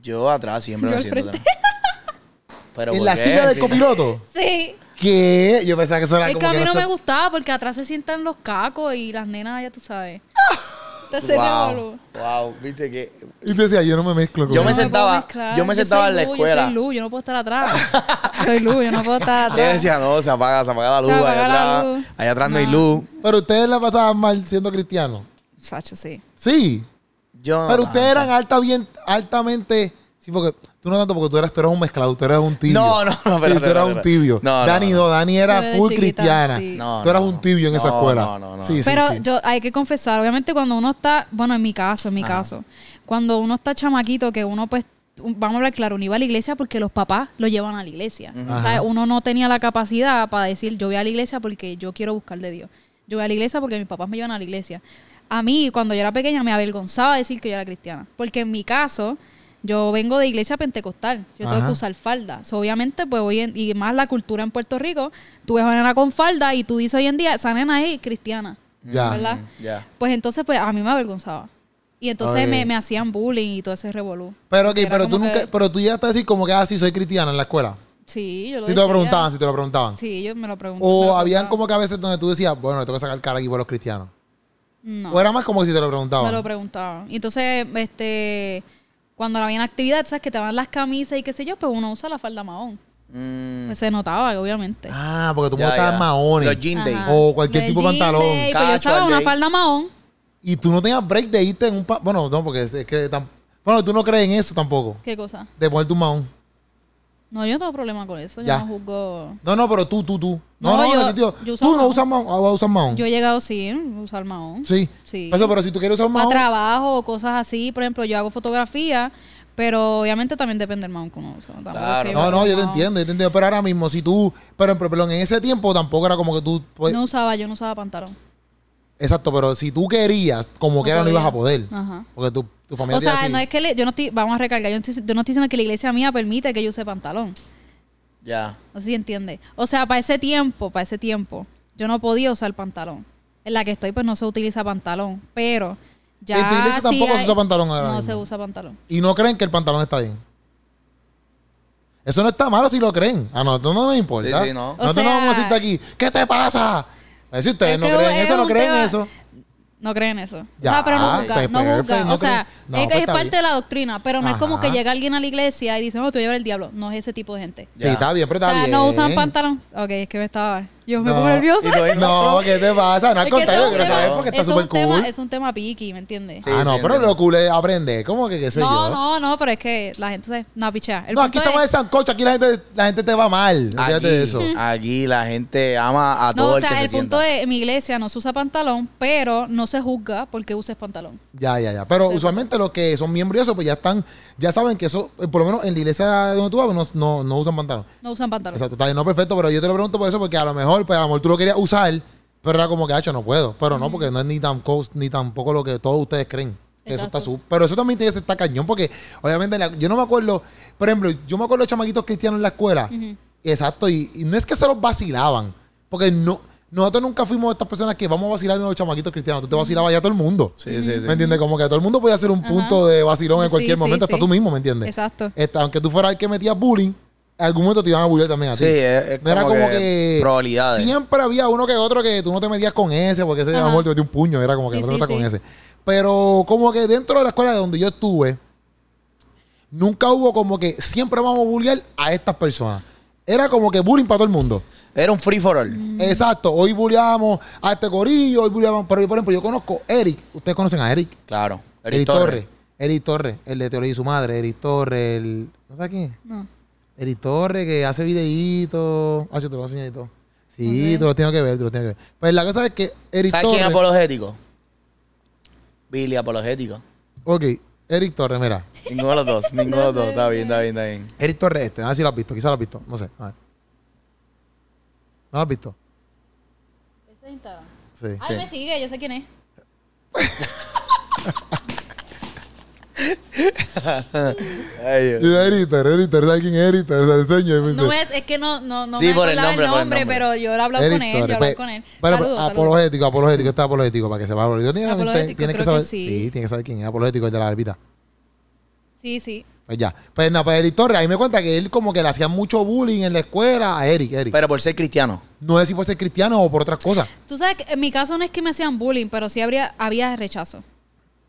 S2: Yo atrás siempre me
S3: Yo al
S2: siento.
S3: frente.
S2: también. Pero
S1: ¿En
S2: ¿por
S1: la
S2: qué?
S1: silla del
S2: En fin.
S1: copiloto?
S3: Sí.
S1: ¿Qué? Yo
S2: Ah,
S1: pensaba que eso era
S3: Es que
S1: como
S3: a mí
S1: que
S3: no
S1: no
S3: me
S1: se-
S3: gustaba porque atrás se sientan los cacos y las nenas, ya tú sabes. Te se revolú.
S2: wow, viste que.
S1: Y te decía, yo no me mezclo con
S2: Yo
S3: no
S2: me
S1: eso.
S3: puedo
S2: sentaba-
S3: mezclar.
S2: yo me sentaba
S3: soy
S2: en la
S3: Lu,
S2: escuela.
S3: Yo soy Lu, yo no puedo estar atrás. soy Lu, yo no puedo estar
S2: Yo
S3: atrás.
S2: decía, no, se apaga, se apaga la luz.
S3: apaga
S2: allá
S3: la
S2: atrás,
S3: luz.
S2: allá atrás no hay
S3: No.
S2: luz.
S1: Pero ustedes la pasaban mal siendo cristianos.
S3: Sacho, sí.
S1: Sí.
S2: Yo no
S1: Pero ustedes
S2: tanto.
S1: eran alta, bien, altamente. Sí, porque tú no tanto, porque tú eras, tú eras un mezclado, tú eras un tibio.
S2: No, no, no,
S1: Sí,
S2: espérate,
S1: tú eras
S2: espérate.
S1: un tibio.
S2: No, no,
S1: Dani
S2: no.
S1: no, Dani era
S3: Yo de
S1: full
S3: chiquita,
S1: cristiana.
S3: sí.
S2: No,
S1: tú eras
S2: no,
S1: un tibio en esa
S2: no,
S1: escuela.
S2: no, no, no.
S1: Sí, sí,
S3: Pero
S1: sí.
S3: yo hay que confesar, obviamente cuando uno está, bueno, en mi caso, en mi caso, cuando uno está chamaquito, que uno pues, un- vamos a hablar claro, uno iba a la iglesia porque los papás lo llevan a la iglesia. O sea,
S1: Ajá.
S3: uno no tenía la capacidad para decir, yo voy a la iglesia porque yo quiero buscar de Dios. Yo voy a la iglesia porque mis papás me llevan a la iglesia. A mí, cuando yo era pequeña, me avergonzaba decir que yo era cristiana. Porque en mi caso, yo vengo de iglesia pentecostal. Yo tengo
S1: Ajá.
S3: que usar falda. So, obviamente, pues hoy en, y más la cultura en Puerto Rico, tú ves a una nena con falda y tú dices hoy en día, esa nena es cristiana.
S1: Ya.
S3: ¿Verdad?
S2: Ya.
S3: Pues entonces, pues a mí me avergonzaba. Y entonces
S1: Ok.
S3: me, me hacían bullying y todo ese revolú.
S1: Pero, ok,
S3: Era
S1: pero tú
S3: como
S1: nunca,
S3: que-
S1: pero tú llegaste a decir como que así soy cristiana en la escuela.
S3: Sí, yo lo
S1: Si te lo
S3: decía.
S1: preguntaban, si te lo preguntaban.
S3: Sí, yo me lo preguntaba. me
S1: O
S3: lo
S1: habían
S3: preguntaba.
S1: como que a veces donde tú decías, bueno, le tengo que sacar cara aquí por los cristianos.
S3: No,
S1: O era más como que si te lo
S3: me
S1: preguntaban.
S3: lo preguntaban. Y entonces, este... Cuando había actividad, tú sabes que te van las camisas y qué sé yo, pues uno usa la falda mahón.
S2: Mm,
S3: Pues se notaba, obviamente.
S1: ah, porque tú
S2: ya,
S1: montabas
S2: ya.
S1: maones.
S2: Los jean day.
S3: Ajá.
S1: O cualquier
S3: Del
S1: tipo de
S3: jean
S1: pantalón.
S3: day, pues yo
S2: Cacho,
S3: usaba
S2: al
S3: una
S2: day.
S3: falda mahón.
S1: Y tú no tenías break de irte en un... pa- bueno, no, porque es que... tam- bueno, tú no crees en eso tampoco.
S3: ¿Qué cosa?
S1: De ponerte un maón.
S3: No, yo no tengo problema con eso. Yo
S1: Ya.
S3: no juzgo...
S1: No, no, pero tú, tú, tú. No,
S3: No,
S1: no, en
S3: yo-
S1: el sentido.
S3: yo usaba
S1: tú no
S3: mahón.
S1: usas maón. Ah, usas maón.
S3: Yo he llegado sin usar mahón.
S1: sí.
S3: Sí.
S1: Por eso, pero si tú quieres usar
S3: para
S1: maón...
S3: trabajo o cosas así. Por ejemplo, yo hago fotografía, pero obviamente también depende del mount que uno usa. Tampoco es
S2: Claro.
S3: que
S1: No, no,
S3: el
S1: yo te
S3: mount-
S1: entiendo, yo te entiendo. Pero ahora mismo, si tú... Pero, pero, perdón, en ese tiempo tampoco era como que tú... pues-
S3: No usaba, yo no usaba pantalón.
S1: Exacto, pero si tú querías, como
S3: No
S1: que ahora no
S3: podía.
S1: ibas a poder.
S3: Ajá.
S1: Porque tu, tu familia
S3: O
S1: te iba a
S3: sea,
S1: decir-
S3: no es que le- yo no estoy, vamos a recargar, yo no estoy, yo no estoy diciendo que la iglesia mía permite que yo use pantalón.
S2: Ya.
S3: No sé si entiende. O sea, para ese tiempo, para ese tiempo, yo no podía usar pantalón. En la que estoy, pues no se utiliza pantalón. Pero ya.
S1: En tu iglesia
S3: sí
S1: tampoco se
S3: hay-
S1: usa pantalón ahora
S3: No
S1: mismo.
S3: se usa pantalón.
S1: Y no creen que el pantalón está bien. Eso no está malo si lo creen. A nosotros no nos importa.
S2: Sí, sí, no. O
S1: Nosotros no
S3: sea-
S1: vamos a decirte aquí, ¿qué te pasa? A ver si ustedes
S3: Es
S1: no
S3: que
S1: creen
S3: es
S1: eso, no
S3: un
S1: creen
S3: tema-
S1: eso.
S3: No creen eso.
S1: Ya,
S3: o sea, pero no juzga,
S1: pues,
S3: no
S1: perfecto,
S3: juzga.
S1: no
S3: o sea,
S1: creen- no,
S3: es,
S1: pues,
S3: es
S1: está
S3: parte
S1: bien.
S3: de la doctrina, pero no es como que
S1: Ajá.
S3: llega alguien a la iglesia y dice, no, te voy a llevar el diablo. No es ese tipo de gente.
S1: Sí,
S2: Ya.
S1: está bien, pero está
S3: o sea,
S1: bien.
S3: no usan pantalón. Ok, es que me estaba... Yo me pongo nerviosa.
S2: Y tú ahí,
S1: No, ¿qué te pasa? No, al
S3: Es que
S1: contrario, yo
S3: eso es un
S1: quiero
S3: tema-
S1: saber porque está
S3: eso es
S1: súper
S3: un tema-
S1: cool.
S3: Es un tema piqui, ¿me entiendes?
S2: Sí,
S1: ah, no,
S2: sí,
S1: pero
S2: entiendo.
S1: lo cool es aprender. ¿Cómo que qué sé
S3: no,
S1: yo?
S3: no, no, pero es que la gente se... No, pichea. El
S1: No,
S3: punto
S1: aquí estamos de
S3: es-
S1: sancocho, aquí la gente, la gente te va mal. Olvídate de eso.
S2: aquí la gente ama a
S3: No,
S2: todo
S3: o
S2: el que
S3: sea, el,
S2: se
S3: punto
S2: sienta.
S3: es, en mi iglesia no se usa pantalón, pero no se juzga porque uses pantalón.
S1: Ya, ya, ya. Pero usualmente los que son miembros y eso, pues ya están, ya saben que eso, eh, por lo menos en la iglesia donde tú vas, no, no, no usan pantalón.
S3: No usan pantalón.
S1: Exacto, está bien, no perfecto, pero yo te lo pregunto por eso, porque a lo mejor, pues a lo mejor tú lo querías usar, pero era como que, hecho no puedo. Pero no, porque no es ni tan cos- ni tampoco lo que todos ustedes creen. Eso
S3: Exacto.
S1: está su. Pero eso también tiene que estar cañón, porque obviamente la- yo no me acuerdo, por ejemplo, yo me acuerdo de los chamaquitos cristianos en la escuela. Exacto, y, y no es que se los vacilaban, porque no. Nosotros nunca fuimos estas personas que vamos a vacilar a los chamaquitos cristianos. Tú te vacilabas ya a todo el mundo.
S2: Sí, sí, sí.
S1: ¿Me entiendes? Como que todo el mundo podía hacer un punto de vacilón en
S3: Sí,
S1: cualquier
S3: sí,
S1: momento, hasta
S3: sí.
S1: tú mismo, ¿me entiendes?
S3: Exacto.
S1: Este, aunque tú fueras el que metía bullying, en algún momento te iban a bullear también a ti.
S2: Sí, es- es
S1: No era
S2: como
S1: como
S2: que
S1: que,
S2: probabilidades.
S1: Siempre había uno que otro que tú no te metías con ese, porque ese
S3: Ajá.
S1: amor te metió un puño, era como que
S3: Sí,
S1: no te
S3: sí,
S1: metas con
S3: sí.
S1: ese. Pero como que dentro de la escuela de donde yo estuve, nunca hubo como que siempre vamos a bullear a estas personas. Era como que bullying para todo el mundo.
S2: Era un free for all.
S1: Exacto, hoy bulleamos a este corillo, hoy bulleamos, pero por ejemplo, yo conozco a Eric, ustedes conocen a Eric.
S2: Claro.
S1: Eric
S2: Eric Torres.
S1: Torres. Eric Torres, el de Teoría y su madre. Eric Torres, el. ¿No sabes quién? es?
S3: No.
S1: Eric Torres, que hace videitos. Ah, yo te lo voy a enseñar y todo. Sí,
S3: Ok.
S1: tú lo tienes que ver, tú lo tienes que ver. Pues la cosa es que Eric
S2: ¿Sabes
S1: Torres.
S2: quién es apologético? Billy apologético.
S1: Ok, Eric Torres, mira.
S2: Ninguno de los dos. Ninguno de los dos. Está bien, está bien, está bien.
S1: Eric Torres este, a ver si lo has visto, quizá lo has visto, no sé. A ver. ¿No lo has visto?
S3: Eso es Instagram.
S1: Sí.
S3: Ay, me sigue, yo sé quién es.
S2: Ay, Dios.
S1: Y Eric Torres, Eric Torres, ¿sabes quién es Eric Torres? Se lo enseño y me
S3: No
S1: dice,
S3: es, es que no, no, no
S2: Sí,
S3: me
S2: por el
S3: acordaba el
S2: nombre, por el
S3: nombre,
S2: nombre.
S3: pero yo he hablado
S1: Eric
S3: con él, yo he
S1: Torres.
S3: hablado
S1: Pues,
S3: con él.
S1: pero,
S3: Saludos, saludos.
S1: apologético, apologético, está apologético para que sepa. Yo tiene que,
S3: Apologético,
S1: tiene que
S3: creo que
S1: saber.
S3: sí.
S1: sí, tiene que saber quién es apologético, el de la barbita.
S3: Sí, sí.
S1: Pues ya. Pues no, pues Eric Torres, ahí me cuenta que él como que le hacía mucho bullying en la escuela a Eric, Eric.
S2: Pero por ser cristiano.
S1: no sé si por ser cristiano o por otras cosas.
S3: Tú sabes que en mi caso no es que me hacían bullying, pero sí habría, había rechazo.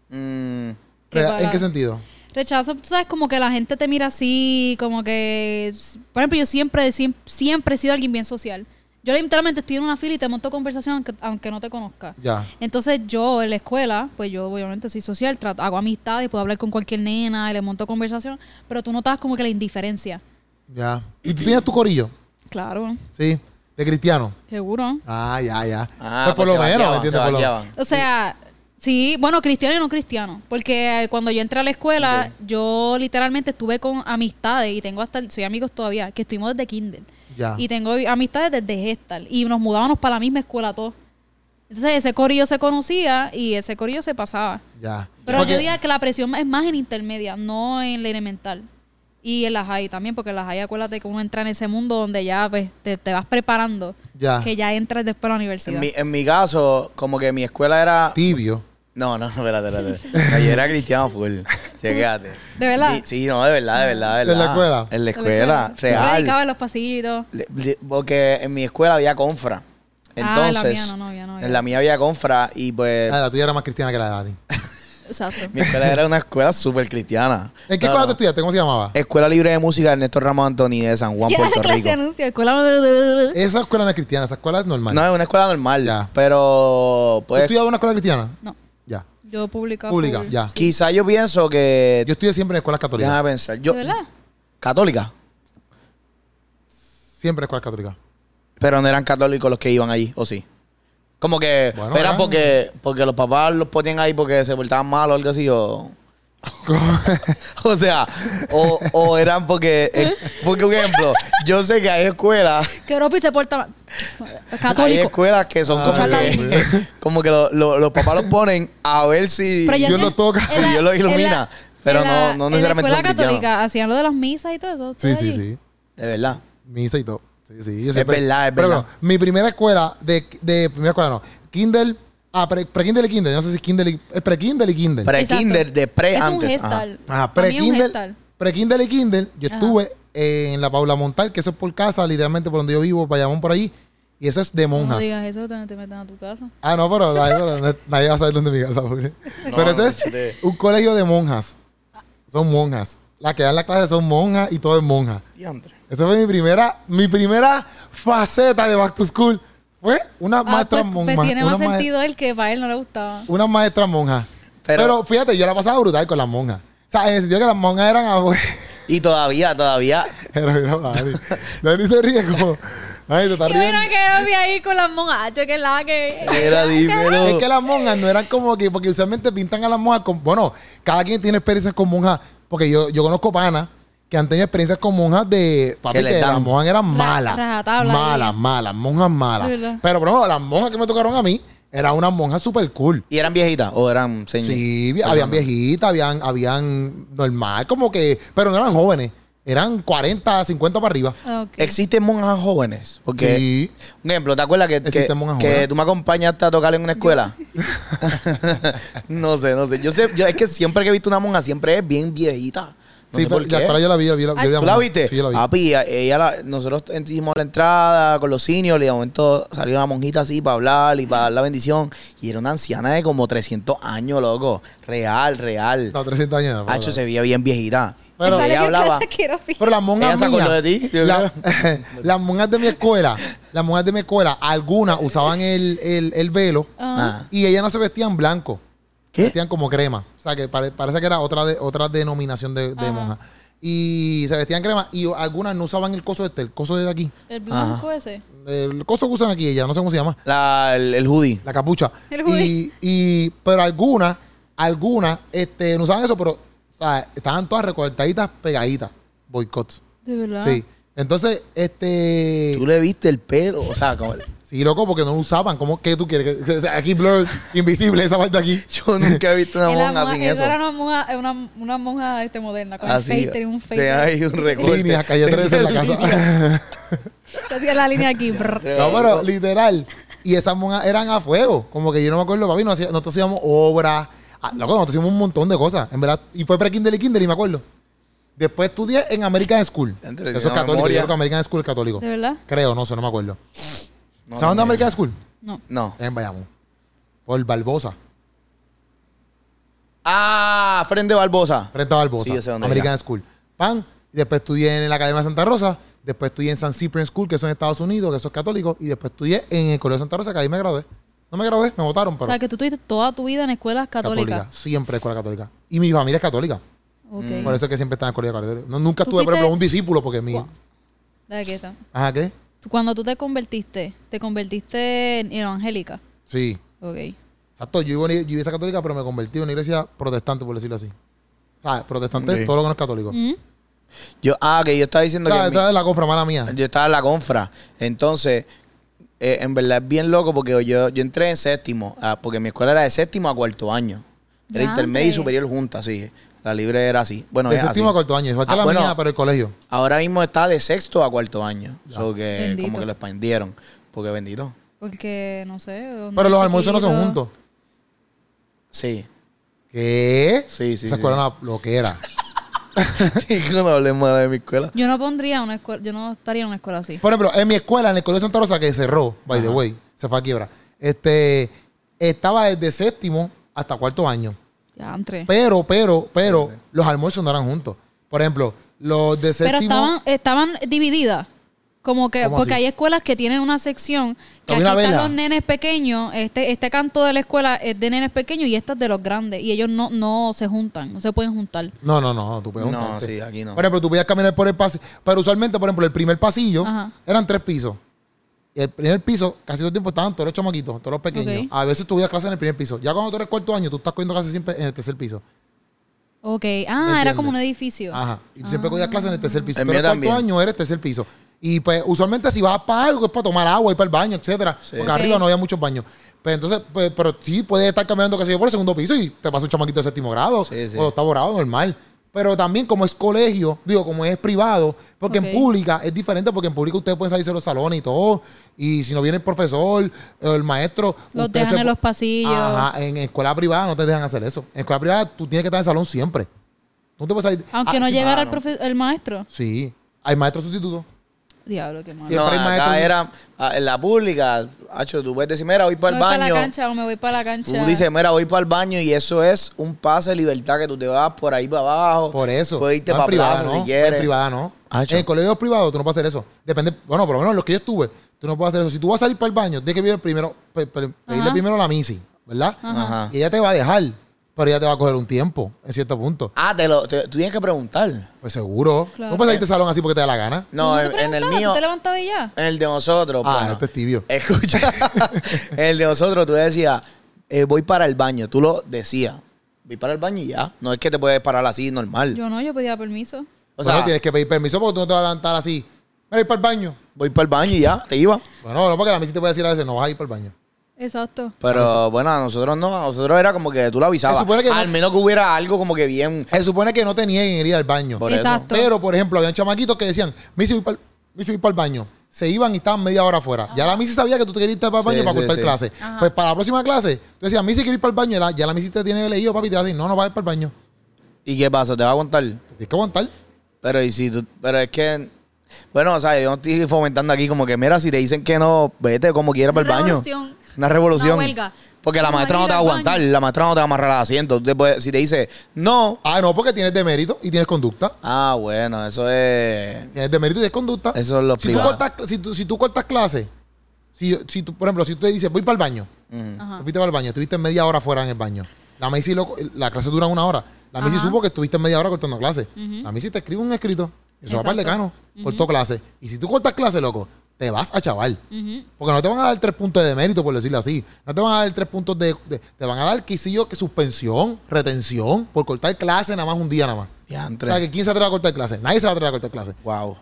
S2: Mm,
S3: ¿Qué
S1: O sea,
S3: para-
S1: ¿En qué sentido?
S3: Rechazo, tú sabes, como que la gente te mira así, como que... Por ejemplo, yo siempre, siem- siempre he sido alguien bien social. Yo literalmente estoy en una fila y te monto conversación aunque, aunque no te conozca.
S1: Ya.
S3: Entonces yo en la escuela, pues yo obviamente soy social, trato- hago amistades, puedo hablar con cualquier nena, y le monto conversación, pero tú notas como que la indiferencia.
S1: Ya. ¿Y tú tienes tu corillo?
S3: Claro,
S1: Sí. De cristiano.
S3: seguro.
S1: Ah, ya, ya.
S2: ah,
S1: pues por
S2: pues
S1: lo
S2: se
S1: menos, ¿me
S2: vaqueaban,
S1: entiendes?
S2: se
S1: Por lo-
S2: vaqueaban.
S3: O sea, sí, bueno, cristiano y no cristiano. Porque eh, cuando yo entré a la escuela, yo literalmente estuve con amistades y tengo hasta, soy amigos todavía, que estuvimos desde kinder.
S1: Ya.
S3: Y tengo amistades desde Gestal. Y nos mudábamos para la misma escuela todos. Entonces ese corillo se conocía y ese corillo se pasaba.
S1: Ya.
S3: Pero
S1: Porque-
S3: yo diría que la presión es más en intermedia, no en la elemental. Y en la high también, porque en la high acuérdate que uno entra en ese mundo donde ya pues, te, te vas preparando,
S1: Ya.
S3: que ya entras después a la universidad.
S2: En mi, en mi caso, como que mi escuela era.
S1: Tibio.
S2: No, no, no, espérate, espérate. No, Yo era cristiano full. Sí, quédate.
S3: ¿De verdad?
S2: Y- Sí, no, de verdad, de verdad, de
S1: ¿En la
S2: verdad.
S1: escuela?
S2: En la escuela,
S3: Yo
S2: real.
S3: predicaba en los pasillos y todo.
S2: Le- le- Porque en mi escuela había confra.
S3: Ah, en la mía
S2: Entonces,
S3: no, no había, no había
S2: en la
S3: eso.
S2: mía había confra y pues
S1: Ah, la tuya era más cristiana que la de Dani.
S3: Exacto.
S2: mi escuela era una escuela súper cristiana.
S1: ¿En qué
S2: No,
S1: escuela
S2: no.
S1: te estudiaste? ¿Cómo se llamaba?
S2: Escuela Libre de Música Ernesto Ramos Antoni de San Juan,
S3: ¿Qué
S2: Puerto
S3: clase
S2: Rico. Eh,
S3: de anuncio? Escuela-
S1: Esa escuela no es cristiana, esa escuela es normal.
S2: No, es una escuela normal,
S1: Ya.
S2: pero
S1: ¿Tú
S2: pues
S1: estudiabas en una escuela cristiana?
S3: No,
S1: Ya.
S3: yo publicaba.
S1: Pública,
S3: full.
S1: ya.
S2: quizá yo pienso que...
S1: Yo estudié siempre en escuelas católicas.
S2: déjame pensar.
S3: ¿De
S2: Yo,
S3: verdad?
S2: católica,
S1: Siempre en escuelas católicas.
S2: pero no eran católicos los que iban allí, ¿o sí? Como que
S1: Bueno,
S2: era
S1: eran-
S2: porque, porque los papás los ponían ahí porque se portaban mal o algo así, o... O sea, o, o eran porque, eh, porque un ejemplo, yo sé que hay escuelas,
S3: Que Europa se porta mal.
S2: hay
S3: Católico.
S2: escuelas que son como
S1: Ay, Dios
S2: que, como que lo- lo- los papás los ponen a ver si
S3: Pero yo
S1: Dios
S3: sé-
S1: lo toca.
S3: en
S2: Sí,
S3: la-
S2: Dios lo
S3: en la-
S2: ilumina, pero
S3: en
S2: no-
S3: la-
S2: no
S3: en
S2: necesariamente
S3: la
S2: son
S3: escuela
S2: cristianos.
S3: católica hacían lo de las misas y todo eso.
S1: Sí,
S3: ¿ustedes
S1: sí,
S3: allí?
S1: sí.
S2: de verdad.
S1: Misa y todo. Sí, sí. yo
S2: Es
S1: siempre-
S2: verdad, es
S1: Pero
S2: verdad.
S1: bueno, mi primera escuela, de, de primera escuela no, Kindle, ah, pre- pre-Kindle y Kindle, yo no sé si Kindle y, es pre-Kindle y Kindle.
S2: Pre-kinder,
S3: Exacto.
S2: de pre
S3: Es un
S2: antes. ajá.
S3: gestal.
S1: Ajá,
S3: Para mí es un
S1: pre-Kindle.
S3: gestal.
S1: Pre-Kindle y Kindle, yo
S3: Ajá.
S1: estuve en la Paula Montal, que eso es por casa, literalmente por donde yo vivo, Bayamón por allí, y eso es de
S3: No
S1: monjas.
S3: digas eso, te, te meten a tu casa.
S1: Ah, no, pero nadie, pero nadie va a saber dónde es mi casa, pobre. pero
S2: no,
S1: este es
S2: chiste.
S1: un colegio de monjas. Son monjas. Las que dan la clase son monjas y todo es monja.
S2: Diantre.
S1: Esa fue mi primera, mi primera faceta de Back to School. Fue una
S3: Ah,
S1: maestra
S3: pues,
S1: monja.
S3: pues tiene
S1: una
S3: más
S1: maes-
S3: sentido el que para él no le gustaba.
S1: una maestra monja. Pero,
S2: Pero-
S1: fíjate, yo la pasaba brutal con las monjas. O sea, en el sentido que las monjas eran abuelas.
S2: Y todavía, todavía.
S1: Pero mira, Dani. Dani se ríe como. Ay, te estás
S3: Yo
S1: riendo.
S3: mira que yo vi ahí con las monjas. Yo que la que.
S2: Era
S1: Es
S2: dímelo.
S1: que las monjas no eran como que, porque usualmente pintan a las monjas con, bueno, cada quien tiene experiencias con monjas, porque yo, yo conozco panas que han tenido experiencias con monjas de, papi,
S2: Que
S1: que,
S2: les dan.
S1: las monjas eran malas,
S3: rajatabla,
S1: malas,
S3: sí.
S1: malas, monjas malas.
S3: De verdad.
S1: Pero, bro, las monjas que me tocaron a mí eran unas monjas súper cool.
S2: ¿Y eran viejitas o eran señores?
S1: Sí, vi- habían viejitas, habían, habían normal, como que, pero no eran jóvenes, eran 40, 50 para arriba.
S3: Ah, ok.
S2: ¿Existen monjas jóvenes? Porque,
S1: Sí.
S2: un ejemplo, ¿te acuerdas que, que,
S1: Existen monjas
S2: que
S1: jóvenes.
S2: tú me acompañaste a tocar en una escuela? no sé, no sé. Yo sé, yo, es que siempre que he visto una monja, siempre es bien viejita. No
S1: sí,
S2: sé
S1: pero
S2: por
S1: la
S2: qué.
S1: escuela yo la vi, yo la vi, yo la vi.
S2: ¿Tú la viste? Ah,
S1: Sí, yo la vi.
S2: Papi, ella- ella la- nosotros ent- hicimos la entrada con los seniors y de momento salió una monjita así para hablar y para dar la bendición. Y era una anciana de como 300 años, loco. Real, real.
S1: No, 300 años. no,
S2: Hacho
S1: no.
S2: se veía bien viejita.
S1: Pero-
S2: Pero
S3: Sale
S2: ella
S3: yo en clase,
S2: hablaba.
S3: quiero fi-
S1: Pero las
S2: Ella
S1: monjas
S2: se acordó
S1: mías,
S2: de ti, yo
S1: la- las monjas de mi escuela, las monjas de mi escuela, algunas usaban el, el- el velo
S3: Ah.
S1: y ellas no se vestían blanco, se
S2: ¿Qué?
S1: vestían como crema. O sea, que pare- parece que era otra, de, otra denominación de, de
S3: Ajá.
S1: monja. Y se vestían crema y algunas no usaban el coso este, el coso de aquí.
S3: El blanco ese.
S1: El coso que usan aquí ellas, no sé cómo se llama,
S2: La- el, el hoodie.
S1: la capucha.
S3: El
S1: Y,
S3: hoodie.
S1: y- pero algunas, algunas, este, no usaban eso, pero o sea, estaban todas recortaditas, pegaditas, boicots.
S3: De verdad.
S1: Sí. Entonces, este.
S2: Tú le viste el pelo. O sea, como-
S1: Sí, loco, porque no lo usaban. ¿Cómo que tú quieres? Que- que- Aquí blur, invisible, esa parte aquí.
S2: yo nunca he visto una
S3: Es la
S2: monja
S3: monja-
S2: sin
S3: esa
S2: eso.
S3: era una monja, eh, una, una monja este, moderna, con
S2: Así.
S3: el fader, un
S2: Te
S3: fader.
S2: hay un recorte.
S1: Líneas, calle 13 en la casa.
S3: Te hacía la línea aquí. brr.
S1: no, pero literal. Y esas monjas eran a fuego. Como que yo no me acuerdo, papi. nos hacía- Nosotros hacíamos obras. Ah, Loco, nosotros hacíamos un montón de cosas. En verdad. Y fue pre-Kindle y Kindle, y me acuerdo. Después estudié en American School.
S2: Entre,
S1: Eso
S2: tiene
S1: es
S2: una
S1: católico.
S2: memoria.
S1: Yo creo que American School es católico.
S3: ¿De verdad?
S1: Creo, no sé, no me acuerdo.
S2: No,
S1: ¿Sabes dónde
S2: no,
S1: es American School?
S3: No.
S2: No.
S1: En Bayamón. Por Barbosa.
S2: Ah, frente Barbosa.
S1: Frente a Barbosa.
S2: Sí, yo sé dónde
S1: American School. Pan. Y después estudié en la Academia de Santa Rosa. Después estudié en San Cyprian School, que eso es en Estados Unidos, que eso es católico. Y después estudié en el Colegio de Santa Rosa, que ahí me gradué. No me gradué, me votaron,
S3: O
S1: pero.
S3: sea, que tú tuviste toda tu vida en escuelas católicas.
S1: Siempre escuela católica. Y mi familia es católica. Mm.
S3: Ok.
S1: Por eso es que siempre estaba en el colegio católico. No, nunca
S3: ¿Tú
S1: tuve, por
S3: fuiste-
S1: ejemplo, un discípulo, porque mi.
S3: Gua- Dale, aquí está.
S1: Ajá, ¿qué?
S3: Tú- Cuando tú te convertiste, te convertiste en evangélica.
S1: Sí.
S3: Ok.
S1: Exacto, yo vivo en yo viví esa católica, pero me convertí en una iglesia protestante, por decirlo así. O sea, protestante
S2: Ok.
S1: es todo lo que no es
S3: Mm.
S1: católico.
S2: Yo, ah, que yo estaba diciendo
S1: Claro,
S2: que. mi-
S1: detrás de la compra, mala mía.
S2: Yo estaba en la confra. Entonces, eh, en verdad es bien loco porque yo, yo entré en séptimo, ah, porque mi escuela era de séptimo a cuarto año. Era
S3: Ya,
S2: intermedio y
S3: hombre.
S2: superior junta, sí. La libre era así. Bueno,
S1: de
S2: es así.
S1: séptimo a cuarto año, igual que
S2: Ah,
S1: la
S2: bueno.
S1: mía, pero el colegio.
S2: Ahora mismo está de sexto a cuarto año. So que como
S3: Bendito.
S2: que lo expandieron. Porque bendito.
S3: Porque, no sé. ¿dónde
S1: Pero los
S3: era
S1: almuerzos no son
S3: chiquito?
S1: juntos.
S2: Sí.
S1: ¿Qué?
S2: Sí, sí,
S1: Esa
S2: sí.
S1: escuela era una loquera.
S2: Sí, que no hablemos de mi escuela.
S3: Yo no pondría una escuela, yo no estaría en una escuela así.
S1: Por ejemplo, en mi escuela, en el colegio Santa Rosa, que cerró, by the way, se fue a quiebra. Este, estaba desde séptimo hasta cuarto año.
S3: Ya, entre.
S1: Pero, pero, pero, los almuerzos no eran juntos. Por ejemplo, los de
S3: Pero
S1: séptimo.
S3: estaban, estaban divididas. Como que,
S1: ¿Cómo
S3: porque
S1: así?
S3: hay escuelas que tienen una sección que aquí
S1: Había una
S3: están
S1: vela.
S3: los nenes pequeños, este, este canto de la escuela es de nenes pequeños y esta es de los grandes. Y ellos no, no se juntan, no se pueden juntar.
S1: No, no, no, tú puedes
S2: No,
S1: juntarte.
S2: sí, aquí no.
S1: Por ejemplo, tú podías caminar por el pasillo. Pero usualmente, por ejemplo, el primer pasillo
S3: Ajá.
S1: eran tres pisos. Y el primer piso, casi todo el tiempo estaban todos los chamaquitos, todos los pequeños.
S3: Ok.
S1: A veces tú ibas clase en el primer piso. Ya cuando tú eres cuarto año, tú estás cogiendo clases siempre en el tercer piso.
S3: Ok,
S1: ¿Me
S3: ah, era
S1: entiendes?
S3: como un edificio.
S1: Ajá. Y tú siempre cogías clases en el tercer piso.
S2: El
S1: Tú eres
S2: mío
S1: cuarto
S2: también.
S1: año, eres tercer piso. Y pues, usualmente si vas para algo es para tomar agua, ir para el baño, etcétera.
S2: Sí.
S1: Porque
S3: Ok.
S1: arriba no había muchos baños. Pues entonces, pues, pero sí puedes estar caminando, qué sé yo, por el segundo piso y te pasa un chamaquito de séptimo grado
S2: Sí, sí.
S1: o de octavo grado, normal. Pero también como es colegio, digo, como es privado, porque
S3: Ok.
S1: en pública es diferente, porque en pública ustedes pueden salirse de los salones y todo. Y si no viene el profesor, el maestro...
S3: Los
S1: ustedes
S3: dejan
S1: se
S3: en
S1: pu-
S3: los pasillos.
S1: Ajá, en escuela privada no te dejan hacer eso. En escuela privada tú tienes que estar en el salón siempre. No te puedes salir.
S3: Aunque
S1: Ah,
S3: no
S1: sí,
S3: llegara
S2: ah,
S3: el,
S2: no.
S3: profe- el maestro.
S1: Sí. Hay maestros sustitutos.
S3: Diablo, qué malo.
S1: Sí,
S2: No,
S1: Siempre hay maestros-
S2: acá era ah, en la pública. Hacho, tú puedes decir, mira, voy para
S3: me
S2: el
S3: voy para
S2: baño.
S3: la cancha o me voy para la
S2: Tú
S3: cancha.
S2: dices, mira, voy para el baño y eso es un pase de libertad que tú te vas por ahí para abajo.
S1: Por eso.
S2: Puedes irte
S1: No, en
S2: para
S1: privada,
S2: plaza
S1: no.
S2: si
S1: En
S2: quieres.
S1: privada no.
S2: Ah,
S1: en
S2: chao.
S1: el colegio privado tú no puedes hacer eso. Depende, bueno, por lo menos en los que yo estuve, tú no puedes hacer eso. Si tú vas a salir para el baño, tienes que pedir primero, pe- pe- pedirle
S3: Ajá.
S1: primero la misi, ¿verdad?
S2: Ajá.
S1: Y ella te va a dejar, pero ella te va a coger un tiempo, en cierto punto.
S2: Ah, te lo, te- tú tienes que preguntar.
S1: Pues seguro.
S3: Claro.
S1: No puedes salirte del salón así porque te da la gana.
S3: ¿Tú
S2: No,
S3: te
S2: en, en el
S3: preguntabas?
S2: mío,
S3: ¿Tú te levantabas y ya?
S2: en el de nosotros.
S1: Ah,
S2: bueno,
S1: este es tibio.
S2: Escucha, en el de nosotros tú decías, eh, voy para el baño. Tú lo decías, voy para el baño y ya. No es que te puedes parar así, normal.
S3: Yo no, yo pedía permiso.
S2: o
S1: Bueno,
S2: sea,
S1: tienes que pedir permiso porque tú no te vas a levantar así. Mira, ir para el baño.
S2: voy para el baño y ya, te iba.
S1: Bueno, no, porque la misi te puede decir a veces, no vas a ir para el baño.
S3: Exacto.
S2: Pero bueno, a nosotros no, a nosotros era como que tú lo avisabas.
S1: Se supone que no-
S2: Al menos que hubiera algo como que bien.
S1: Se supone que no te nieguen el ir al baño.
S2: Por eso.
S3: Exacto.
S1: Pero, por ejemplo, habían chamaquitos que decían, Missy, voy para el baño. Se iban y estaban media hora afuera. Ya la Missy sabía que tú te querías ir para el baño
S2: Sí,
S1: para
S2: sí,
S1: cortar
S2: sí.
S1: clase.
S3: Ajá.
S1: Pues para la próxima clase, tú decías, Missy, quiero ir para el baño. Y la- ya la Missy te tiene leído, papi, y te va a decir, no, no vas a ir para el baño.
S2: ¿Y qué pasa? ¿Te va a aguantar?
S1: Tienes que aguantar.
S2: Pero y si tú- pero es que bueno, o sea, yo no estoy fomentando aquí como que mira, si te dicen que no, vete como quieras para el
S3: Una
S2: baño.
S3: revolución.
S2: Una revolución.
S3: Una huelga.
S2: Porque la
S3: Vamos a
S2: maestra no
S3: ir
S2: te va a
S3: al
S2: aguantar,
S3: baño.
S2: la maestra no te va a amarrar al asiento. Usted puede- si te dice no,
S1: Ah, no, porque tienes demérito y tienes conducta.
S2: ah, bueno, eso es
S1: Tienes demérito eh, y tienes conducta.
S2: Eso es lo
S1: si tú,
S2: privado.
S1: cortas, si, tú, si tú cortas clase, si, si tú, por ejemplo, si tú te dices, voy para el baño.
S2: Mm.
S3: Ajá.
S1: Fuiste para el baño, estuviste media hora fuera en el baño. La Macy, lo- la clase dura una hora. La Macy
S3: Ajá.
S1: supo que estuviste media hora cortando clase. La Macy te escribe un escrito. Eso va para el decano.
S3: Exacto.
S1: Cortó clase. Y si tú cortas clase, loco, te vas a chaval.
S3: Ujú.
S1: Porque no te van a dar tres puntos de mérito, por decirlo así. No te van a dar tres puntos de... de- te van a dar, qué sé yo, que suspensión, retención, por cortar clase nada más un día nada más.
S2: Diantre.
S1: O sea, que ¿quién se atreve a cortar clase? Nadie se va a atrever a cortar clase.
S2: wow.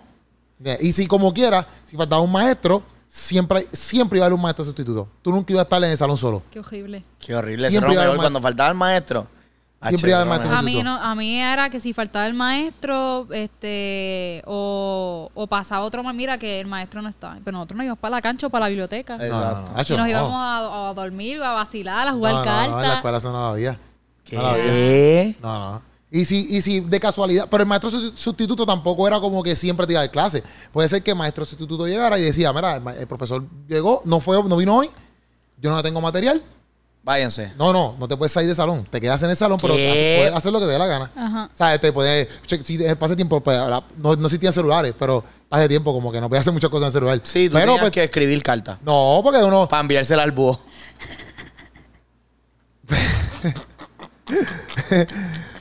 S1: Ya, Y si como quiera, si faltaba un maestro, siempre, siempre iba a haber un maestro sustituto. Tú nunca ibas a estar en el salón solo.
S3: Qué horrible.
S2: Qué horrible,
S1: Siempre
S2: eso
S1: iba
S2: era
S1: al
S2: lo peor
S1: ma-
S2: cuando faltaba el maestro. Ah,
S1: Siempre iba al
S2: eso era lo
S1: maestro.
S2: mejor.
S3: Pues A mí
S1: sustituto.
S3: no, a mí era que si faltaba el maestro, este, o, o pasaba otro más, mira que el maestro no estaba. Pero nosotros nos íbamos para la cancha o para la biblioteca.
S2: Eh,
S1: No, no, no,
S2: Exacto.
S1: macho,
S3: y nos
S1: no.
S3: íbamos a, a dormir, a vacilar, a
S1: No,
S3: jugar
S1: no, no, en la
S3: cartas.
S1: escuela eso no lo había. No lo había.
S2: ¿Qué?
S1: No, no. Y si, y si de casualidad, pero el maestro susti- sustituto tampoco era como que siempre te iba a dar clase. Puede ser que el maestro sustituto llegara y decía, mira, el, ma- el profesor llegó, no fue, no vino hoy, yo no tengo material,
S2: Váyanse.
S1: No, no, no te puedes salir del salón. Te quedas en el salón, pero
S2: ¿Qué?
S1: haces- puedes hacer lo que te dé la gana.
S3: Ajá.
S1: O sea, te puedes. che- Si eh, pase tiempo, pues, ahora, no, no existían celulares, pero pase tiempo, como que no podías hacer muchas cosas en celular.
S2: Sí, tú
S1: pero,
S2: tenías
S1: pues,
S2: que escribir carta
S1: No, porque uno.
S2: para enviársela al búho.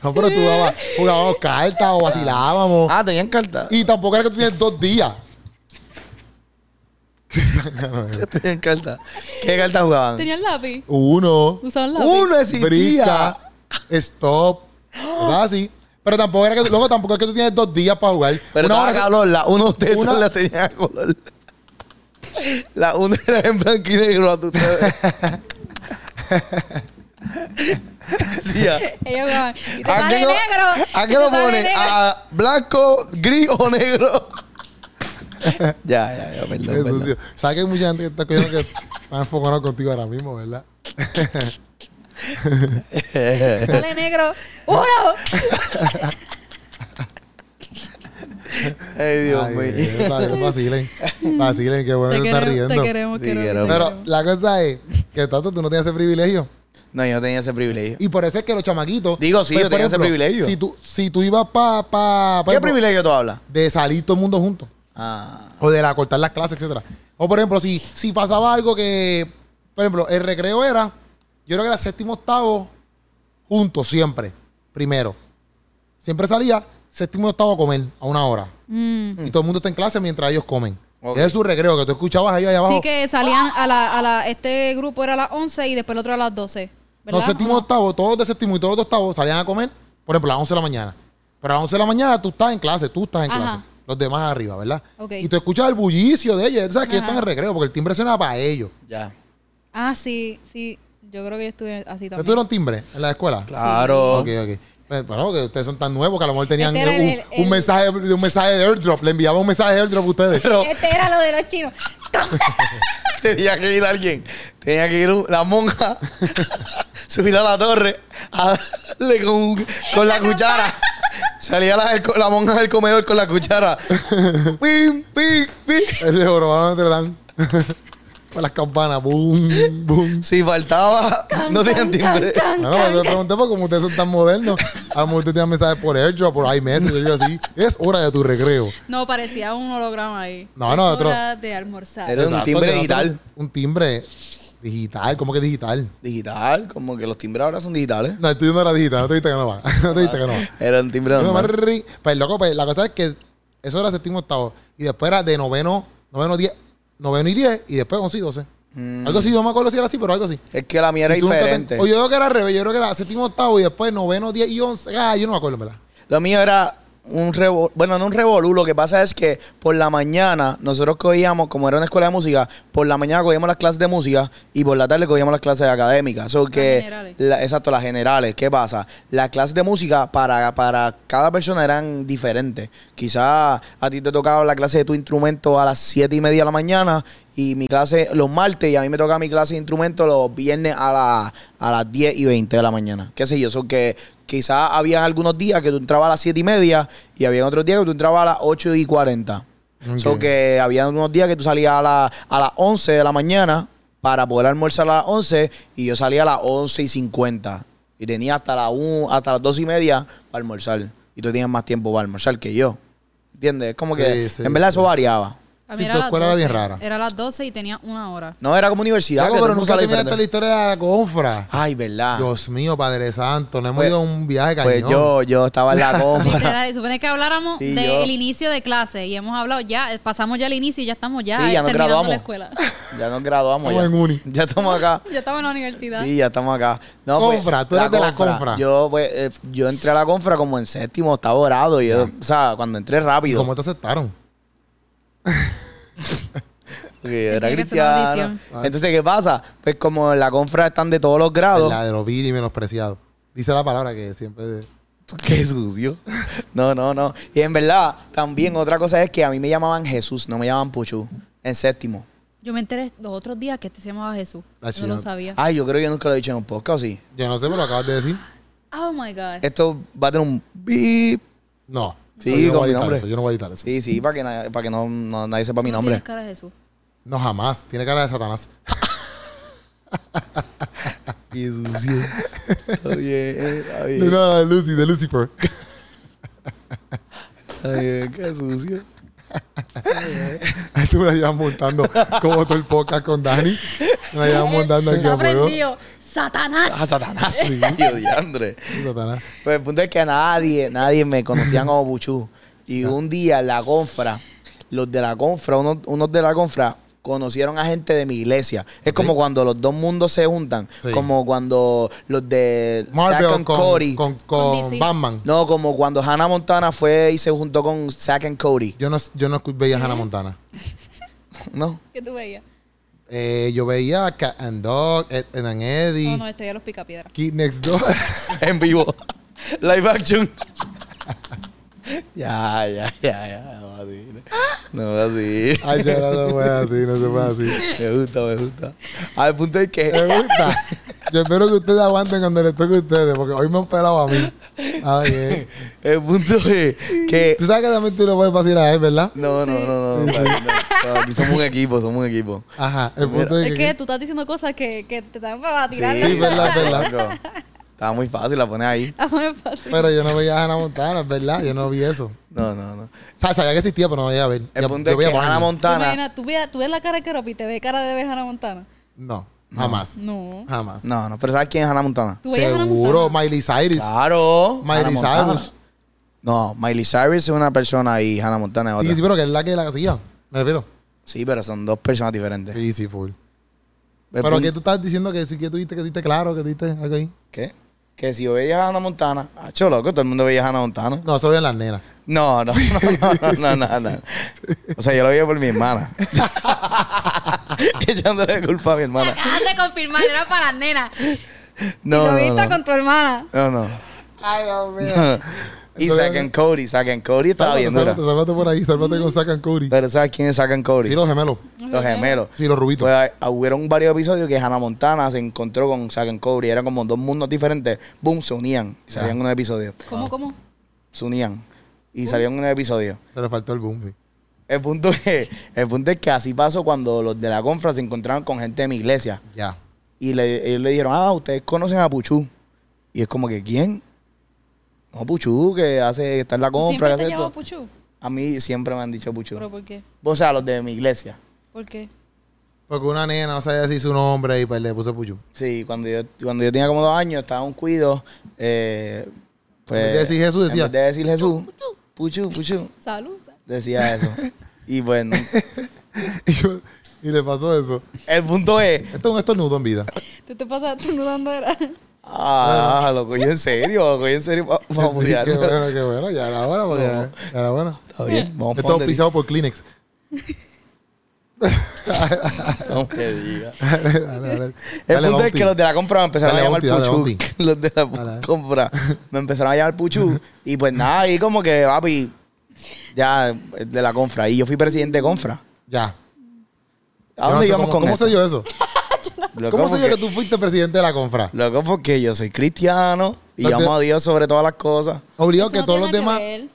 S1: No, pero tú jugabas, jugábamos cartas o vacilábamos.
S2: Ah, tenían carta.
S1: Y tampoco era que tú tienes dos días.
S2: tenían carta. ¿Qué carta jugaban?
S3: Tenían lápiz.
S1: Uno.
S3: Usaban lápiz.
S2: Uno existía.
S1: Brinca, stop. Cosas así. Pero tampoco era que luego tampoco es que tú tienes dos días para jugar.
S2: Pero
S1: Una
S2: estaba
S1: hora-
S2: calor, la uno ustedes
S1: eh, Una-
S2: todas la tenían a color. La una era en blanco y negro, la de ustedes. Sí, ya.
S3: Ellos jugaban. Y te
S2: ¿A
S3: sale
S2: qué lo,
S3: negro.
S2: ¿a
S3: y
S2: qué
S3: te
S2: lo
S3: sale
S2: pones?
S3: negro.
S1: ah.
S2: ¿A blanco, gris o negro? ya, ya, ya, perdón.
S1: Qué
S2: perdón.
S1: sucio. ¿Sabes que hay mucha gente que está escuchando que está enfocado contigo ahora mismo, verdad?
S3: Sale negro. ¡Uno!
S2: Ay, Dios
S1: Ay,
S2: mío.
S1: Dios, está bien, vacilen. Vacilen, qué bueno
S3: Te
S1: que estás
S3: queremos, te
S1: riendo.
S3: queremos,
S2: Sí,
S3: queremos,
S2: queremos.
S1: Pero
S3: queremos.
S1: la cosa es que tanto tú no tenías ese privilegio.
S2: No, yo no tenía ese privilegio.
S1: Y por eso es que los chamaquitos. pues,
S2: Digo, sí, yo
S1: por
S2: tenía ese privilegio.
S1: Si tú, si tú ibas para. Pa, por
S2: ¿Qué
S1: ejemplo,
S2: privilegio tú hablas?
S1: De salir todo el mundo juntos.
S2: Ah,
S1: O de la cortar las clases, etcétera. O por ejemplo, si, si pasaba algo que, por ejemplo, el recreo era, yo creo que era séptimo, octavo, juntos siempre, primero. Siempre salía séptimo y octavo a comer a una hora.
S3: Mm.
S1: Y todo el mundo está en clase mientras ellos comen.
S2: Ok.
S1: Ese es su recreo que tú escuchabas ahí, ahí abajo.
S3: Sí que salían a la, a la, este grupo era a las 11 y después el otro a las 12. ¿verdad?
S1: No, séptimo y
S3: ¿O no?
S1: octavo, todos los de séptimo y todos los de octavo salían a comer, por ejemplo, a las 11 de la mañana. Pero a las 11 de la mañana tú estás en clase, tú estás en
S3: Ajá.
S1: clase. Los demás arriba, ¿verdad?
S3: Ok.
S1: Y tú escuchas el bullicio de ellos. Tú sabes que ellos
S3: Ajá.
S1: están en recreo porque el timbre suena para ellos.
S2: ya.
S3: Ah, sí, sí. Yo creo que yo estuve así
S1: ¿Ustedes
S3: también.
S1: tuvieron timbre en la escuela?
S2: Claro.
S1: Ok, ok. Pero bueno, que ustedes son tan nuevos que a lo mejor tenían
S3: Este era
S1: un,
S3: el- el-
S1: un mensaje de un mensaje de airdrop. Le enviaba un mensaje de airdrop a ustedes.
S3: Este era lo de los chinos.
S2: Tenía que ir alguien. Tenía que ir un- la monja, subir a la torre, a darle con, un- con la cuchara. Salía la, el co- la monja del comedor con la cuchara. ¡Pim, pim, pim!
S1: El de Jorobado de Notre Dame. Con las campanas. Boom, boom.
S2: Si faltaba, no tenían timbre.
S1: No, no, pero te pregunté porque como ustedes son tan modernos, a lo mejor ustedes tienen mensajes por airdrop, por iMessage, o algo así. Es hora de tu recreo.
S3: No, parecía un holograma ahí.
S1: No, no,
S3: Es
S1: otro-
S3: hora de almorzar.
S2: Era un
S1: Exacto,
S2: timbre
S1: que nosotros-
S2: digital.
S1: Un timbre digital. ¿Cómo que digital?
S2: Digital, como que los timbres ahora son digitales.
S1: No, el tuyo no era digital. No te diste que no va. No te diste que no va.
S2: Era un timbre
S1: Yo me
S2: normal.
S1: marrí. Pues loco, pues la cosa es que eso era séptimo octavo. Y después era de noveno, noveno diez, noveno y diez, y después once y doce.
S2: Mm.
S1: Algo así, yo no me acuerdo si era así, pero algo así.
S2: Es que la mía era
S1: Y tú nunca te-
S2: diferente.
S1: o yo creo que era al revés, yo creo que era séptimo octavo y después noveno, diez y once. Ah, yo no me acuerdo, en ¿verdad?
S2: Lo mío era un revolú, bueno, no un revolú, lo que pasa es que por la mañana nosotros cogíamos, como era una escuela de música, por la mañana cogíamos las clases de música y por la tarde cogíamos las clases académicas. So que,
S3: generales.
S2: la- exacto, las generales. ¿Qué pasa? Las clases de música para, para cada persona eran diferentes. Quizás a ti te tocaba la clase de tu instrumento a las 7 y media de la mañana y mi clase los martes y a mí me tocaba mi clase de instrumento los viernes a, la- a las 10 y 20 de la mañana. Qué sé yo, eso que quizás había algunos días que tú entrabas a las 7 y media y había otros días que tú entrabas a las 8 y 40. So
S1: Ok.
S2: que había unos días que tú salías a, la- a las 11 de la mañana para poder almorzar a las 11 y yo salía a las 11 y 50. Y tenía hasta, la un- hasta las 2 y media para almorzar. Y tú tenías más tiempo para almorzar que yo. ¿Entiendes? Es como que
S1: Sí, sí,
S2: en verdad
S1: sí.
S2: eso variaba.
S3: A
S1: Sí,
S3: mí era
S1: tu
S3: a Ah, las
S1: escuela era bien
S3: 12.
S1: rara.
S3: Era a las 12 y tenía una hora.
S2: No era como universidad.
S1: Loco,
S2: que todo
S1: pero
S2: el
S1: nunca
S2: mundo sale
S1: terminaste la
S2: diferente.
S1: historia de la confra.
S2: Ay, verdad.
S1: Dios mío, Padre Santo, no hemos
S2: Pues-
S1: ido a un viaje cañón.
S2: pues yo, yo estaba en la compra.
S3: Literal, supone que habláramos
S2: Sí, yo.
S3: del inicio de clase y hemos hablado ya, eh, pasamos ya el inicio y ya estamos ya,
S2: Sí,
S3: eh,
S2: ya nos
S3: terminando
S2: graduamos.
S3: la escuela.
S2: ya nos graduamos.
S1: Estamos
S2: ya.
S1: en uni.
S2: ya estamos acá.
S3: ya estaba en la universidad.
S2: Sí, ya estamos acá. No, pues,
S1: Confra, tú eras de la confra.
S2: Yo, pues, eh, yo entré a la confra como en séptimo, octavo grado. y Yo, o sea, cuando entré rápido.
S1: ¿Cómo te aceptaron?
S2: Porque
S3: Es
S2: era
S3: que eso era una
S2: cristiano. Entonces, ¿qué pasa? Pues como en la confra están de todos los grados.
S1: La de los vil y menospreciados. Dice la palabra que siempre.
S2: Qué sucio. No, no, no. Y en verdad, también otra cosa es que a mí me llamaban Jesús, no me llamaban Puchu. En séptimo.
S3: Yo me enteré los otros días que este se llamaba Jesús.
S1: Ah,
S3: no
S1: chido.
S3: lo sabía.
S2: Ay, yo creo que yo nunca lo he dicho en un podcast, ¿o sí.
S1: Yo no sé, pero lo acabas de decir.
S3: Oh my God.
S2: Esto va a tener un beep.
S1: No.
S2: Sí,
S1: yo no
S2: con
S1: voy a
S2: mi
S1: editar
S2: nombre.
S1: eso. Yo no voy a editar eso.
S2: Sí, sí, para que, na- para que no, no- nadie sepa mi
S3: No
S2: nombre.
S3: tienes cara de Jesús.
S1: No, jamás. Tiene cara de Satanás.
S2: Pie sucio. Está bien, está
S1: No,
S2: bien.
S1: no, de Lucy, de Lucifer.
S2: Está bien, qué sucio.
S1: Ahí tú me la llevas montando como todo el podcast con Dani. Me la llevas montando aquí
S3: Está
S1: a fuego.
S3: prendido. Satanás.
S2: Ah, Satanás, sí, tío, diandre.
S1: Satanás.
S2: Pues el punto es que a nadie, nadie me conocían como Buchú. Y un día la confra, los de la confra, unos, unos de la confra, conocieron a gente de mi iglesia. Es como cuando los dos mundos se juntan.
S1: Sí.
S2: Como cuando los de
S1: Marvel
S2: Zack and
S1: con,
S2: Cody.
S1: con,
S3: Con
S1: con,
S3: DC.
S1: Batman.
S2: No, como cuando Hannah Montana fue y se juntó con Zack and Cody.
S1: Yo no, yo no escu- veía Hannah Montana.
S2: ¿No?
S3: ¿Qué tú veías?
S1: Eh, yo veía Cat and Dog, Ed, Ed and Eddie,
S3: No, no, este ya los pica piedra.
S1: Kid Next Door.
S2: en vivo. Live action. ya, ya, ya, ya. No así. No así.
S1: Ay, ya no se puede así, no se puede así.
S2: Me gusta, me gusta. Al punto es que.
S1: Me gusta. Yo espero que ustedes aguanten cuando les toque a ustedes, porque hoy me han pelado a mí. Ay, eh.
S2: El punto es que.
S1: Tú sabes que también tú lo puedes pasar a él, ¿verdad?
S2: No, no, no, no. no, no, aquí somos un equipo, somos un equipo.
S1: Ajá. El punto es
S3: Es que
S1: que.
S3: tú estás diciendo cosas que, que te están para
S2: Sí,
S3: tirar.
S1: Sí, verdad, verdad.
S2: loco. Estaba muy fácil, la pones ahí.
S3: Ah, bueno, fácil.
S1: Pero yo no veía a Hannah Montana, ¿verdad? Yo no vi eso.
S2: No, no, no.
S1: O sea, sabía que existía, pero no la iba a ver.
S2: El
S1: Ya-
S2: punto
S1: yo
S2: es
S1: veía
S2: que Hannah
S1: Barney.
S3: ¿Tú,
S2: Montana.
S3: imaginas, tú, veas- tú ves la cara de Keropi y te ve cara de Hannah Montana.
S1: No, jamás.
S3: No.
S1: Jamás.
S2: No, no, pero ¿sabes quién es Hannah Montana?
S3: ¿Tú veías a Hannah
S1: Seguro,
S3: Montana?
S1: Miley Cyrus.
S2: Claro.
S1: Miley
S2: Hannah Montana.
S1: Cyrus.
S2: No, Miley Cyrus es una persona y Hannah Montana es otra.
S1: Sí, sí, pero que es la que la hacía. Me refiero.
S2: Sí, pero son dos personas diferentes.
S1: Sí, sí, full.
S2: El
S1: Pero
S2: pun-
S1: que tú estás diciendo que sí que tuviste, que tuviste claro, que tuviste algo ahí.
S2: ¿Qué? Que si yo veía a Hannah Montana, acho loco, todo el mundo veía a Hannah Montana.
S1: No, solo en las nenas.
S2: No, no, no, no, no, no, no. O sea, yo lo veía por mi hermana. Echándole culpa a mi hermana.
S3: Acabas de confirmar, era para las nenas.
S2: No,
S3: lo
S2: no,
S3: viste
S2: no.
S3: con tu hermana.
S2: No, no.
S1: Ay, Dios mío.
S2: Y Zack and Cody, Zack and Cody estaba
S1: Sálvate,
S2: bien dura.
S1: sálvate, sálvate por ahí, sálvate
S3: Mm.
S1: con Sacan Cody.
S2: Pero ¿sabes quién es Zack and Cody?
S1: Sí, los gemelos.
S2: Los gemelos.
S1: Sí, los rubitos.
S2: Pues ah, hubieron varios episodios que Hannah Montana se encontró con Zack and Cody. Eran como dos mundos diferentes. Boom, se unían. Y
S1: Ah.
S2: salían unos episodios.
S3: ¿Cómo, cómo?
S2: Se unían. Y salían unos episodios.
S1: Se le faltó el boom. sí.
S2: El punto, es, el punto es que así pasó cuando los de la confra se encontraron con gente de mi iglesia.
S1: Ya.
S2: Y le, ellos le dijeron, ah, ustedes conocen a Puchú. Y es como que, ¿quién? No, Puchú, que hace, que está en la
S3: ¿Tú
S2: confra,
S3: siempre
S2: que
S3: te
S2: hace
S3: llamas
S2: esto.
S3: Puchu?
S2: A mí siempre me han dicho Puchú.
S3: ¿Pero por qué?
S2: O sea, los de mi iglesia.
S3: ¿Por qué?
S1: Porque una nena no sabía decir su nombre y pues le puso Puchu.
S2: Sí, cuando yo, cuando yo tenía como dos años, estaba en un cuido. eh, pues,
S1: En vez de decir Jesús, decía,
S2: En vez de decir Jesús, Puchú, Puchú,
S3: Salud.
S2: decía eso. y bueno,
S1: Y, yo- y le pasó eso.
S2: el punto es...
S1: Esto es un estornudo en vida.
S3: Tú te pasas estornudando era.
S2: Ah, lo cogí en serio, lo cogí en serio. Va- Vamos a
S1: Sí,
S2: apoyarlo.
S1: qué bueno, qué bueno. Ya era hora, porque ya ya era bueno.
S2: Está bien, vamos
S1: Esto
S2: donde
S1: es pisado por Kleenex.
S2: diga, vamos que diga.
S1: Dale, dale, dale.
S2: El
S1: Dale,
S2: punto es
S1: Bounty.
S2: que los de la compra me empezaron
S1: Dale,
S2: a llamar
S1: Bounty, dale,
S2: Puchu.
S1: Bounty.
S2: los de la
S1: Dale.
S2: compra me empezaron a llamar Puchu. y pues nada, ahí como que, papi, ya de la compra. Y yo fui presidente de compra.
S1: Ya.
S2: ¿A
S1: Yo no
S2: dónde
S1: sé
S2: íbamos
S1: cómo,
S2: con
S1: ¿Cómo
S2: esto?
S1: se dio eso?
S2: Loco,
S1: ¿Cómo se dio
S2: porque-
S1: que tú fuiste presidente de la confra?
S2: Loco, porque yo soy cristiano y
S1: Los de-
S2: llamo a Dios sobre todas las cosas.
S1: Obligado
S3: Eso
S1: que
S3: no
S1: todos
S3: tiene
S1: los
S3: nada que
S1: demás,
S3: ver.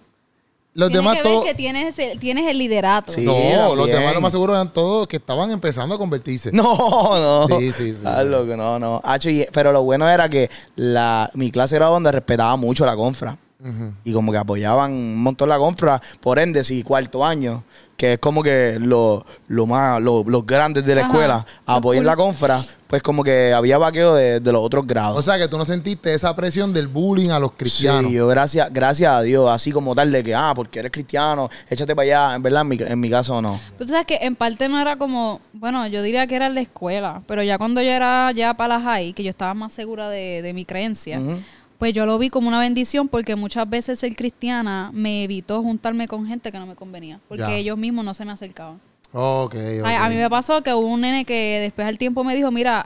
S1: los
S3: Tiene
S1: demás
S3: que ver
S1: todos.
S3: que tienes, el- tienes el liderato.
S2: Sí.
S1: No, los
S2: también.
S1: demás lo más seguro eran todos que estaban empezando a convertirse.
S2: No, no.
S1: Sí, sí, sí.
S2: Ah, loco, no, no. Hacho, y- pero lo bueno era que la, mi clase era donde respetaba mucho la confra.
S1: Ujú.
S2: Y como que apoyaban un montón la confra. Por ende, si cuarto año, que es como que lo, lo más, lo- los grandes de la
S3: Ajá.
S2: escuela apoyan la confra, pues como que había vaqueo de, de los otros grados.
S1: O sea que tú no sentiste esa presión del bullying a los cristianos.
S2: Sí, yo gracias, gracias a Dios, así como tal de que, ah, porque eres cristiano, échate para allá. En verdad, en mi, en mi caso no.
S3: Pero tú sabes que en parte no era como, bueno, yo diría que era en la escuela, pero ya cuando yo era ya para la high, que yo estaba más segura de, de mi creencia,
S2: Ujú.
S3: pues yo lo vi como una bendición porque muchas veces ser cristiana me evitó juntarme con gente que no me convenía, porque
S1: Ya.
S3: ellos mismos no se me acercaban.
S1: Ok, ok.
S3: Ay, a mí me pasó que hubo un nene que después al tiempo me dijo, mira,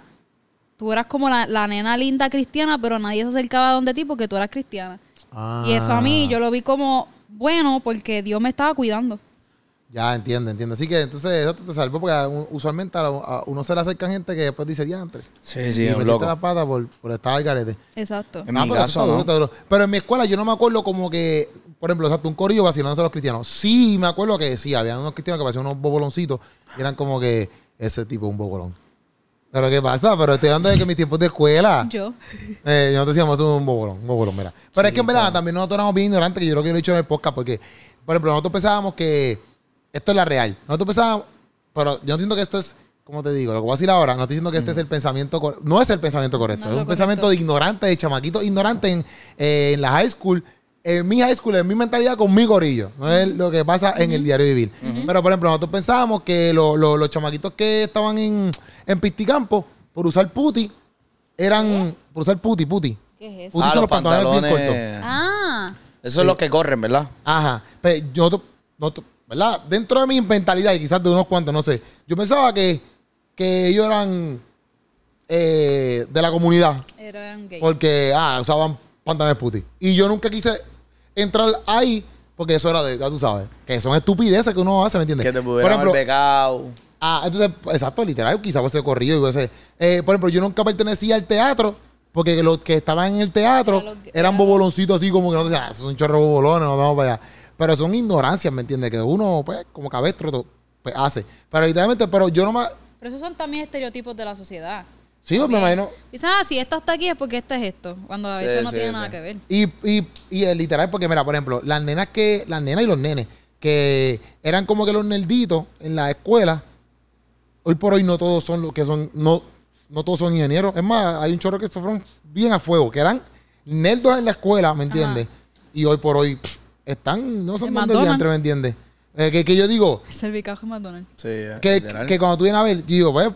S3: tú eras como la, la nena linda cristiana, pero nadie se acercaba a donde ti porque tú eras cristiana.
S1: Ah.
S3: Y eso a mí yo lo vi como bueno porque Dios me estaba cuidando.
S1: Ya, entiendo, entiendo. Así que entonces eso te salvó porque a- usualmente a, lo- a uno se le acerca gente que después dice diantre.
S2: Sí, sí,
S1: y
S2: un
S1: metiste
S2: loco.
S1: la pata por, por estar al garete.
S3: Exacto.
S2: En
S1: Ah,
S2: mi
S1: pero eso está
S2: caso,
S1: duro,
S2: no.
S1: está duro. Pero en mi escuela yo no me acuerdo como que, por ejemplo, o sea, tú un corillo vacilándose a los cristianos. Sí, me acuerdo que sí, había unos cristianos que parecían unos boboloncitos y eran como que ese tipo es un bobolón. Pero ¿qué pasa? Pero estoy hablando de que mis tiempos de escuela.
S3: Yo.
S1: Eh, nosotros decíamos un bobolón, un bobolón, mira. Pero es que en verdad también nosotros éramos bien ignorantes, que yo lo que lo he dicho en el podcast, porque, por ejemplo, nosotros pensábamos que esto es la real. Nosotros pensábamos, pero yo no entiendo que esto es, como te digo, lo que voy a decir ahora, no estoy diciendo que este es el pensamiento, cor- no es el pensamiento correcto,
S3: No es
S1: es
S3: lo
S1: un pensamiento
S3: correcto.
S1: de ignorante, de chamaquito ignorante en, eh, en la high school. En mi high school, en mi mentalidad, con mi gorillo. No es lo que pasa en el diario vivir. Pero, por ejemplo, nosotros pensábamos que lo- lo- los chamaquitos que estaban en, en Pisticampo, por usar puti, eran por usar puti, puti.
S3: ¿Qué es eso?
S1: Puti son los pantalones bien cortos.
S3: Ah.
S2: Esos son los que corren, ¿verdad?
S1: Ajá. Pero yo, to- no to- ¿verdad? Dentro de mi mentalidad, y quizás de unos cuantos, no sé. Yo pensaba que, que ellos eran eh, de la comunidad.
S3: Eran gay.
S1: Porque, ah, usaban pantalones puti. Y yo nunca quise entrar ahí porque eso era de, ya tú sabes, que son estupideces que uno hace, ¿me entiendes?
S2: Que te
S1: Por
S2: pudieran haber
S1: ejemplo,
S2: becado.
S1: Ah, entonces, exacto, literal, quizás hubiese corrido. y hubiese- eh, por ejemplo, yo nunca pertenecía al teatro, porque los que estaban en el teatro
S3: Era lo que-
S1: eran
S3: era-
S1: boboloncitos así, como que no decían, ah, esos son chorros bobolones, no vamos para allá. Pero son ignorancias, ¿me entiendes? Que uno, pues, como cabestro, to- pues, hace. Pero literalmente, pero yo no me.
S3: Pero esos son también estereotipos de la sociedad.
S1: Sí, me imagino.
S3: Dicen, ah, si esto está aquí es porque este es esto. Cuando a
S2: Sí,
S3: veces no
S2: sí,
S3: tiene
S2: sí.
S3: nada que ver.
S1: Y, y, y es literal, porque mira, por ejemplo, las nenas que, las nenas y los nenes, que eran como que los nerditos en la escuela, hoy por hoy no todos son los que son, no, no todos son ingenieros. Es más, hay un chorro que se fueron bien a fuego, que eran nerdos en la escuela, ¿me entiendes? Y hoy por hoy pff, están, no son
S3: En
S1: tan
S3: McDonald's.
S1: diantre, ¿me entiendes? Eh, que, que yo digo,
S3: Es el bicaje McDonald's.
S2: Sí,
S1: que,
S2: literal.
S1: que cuando tú vienes a ver, digo, pues,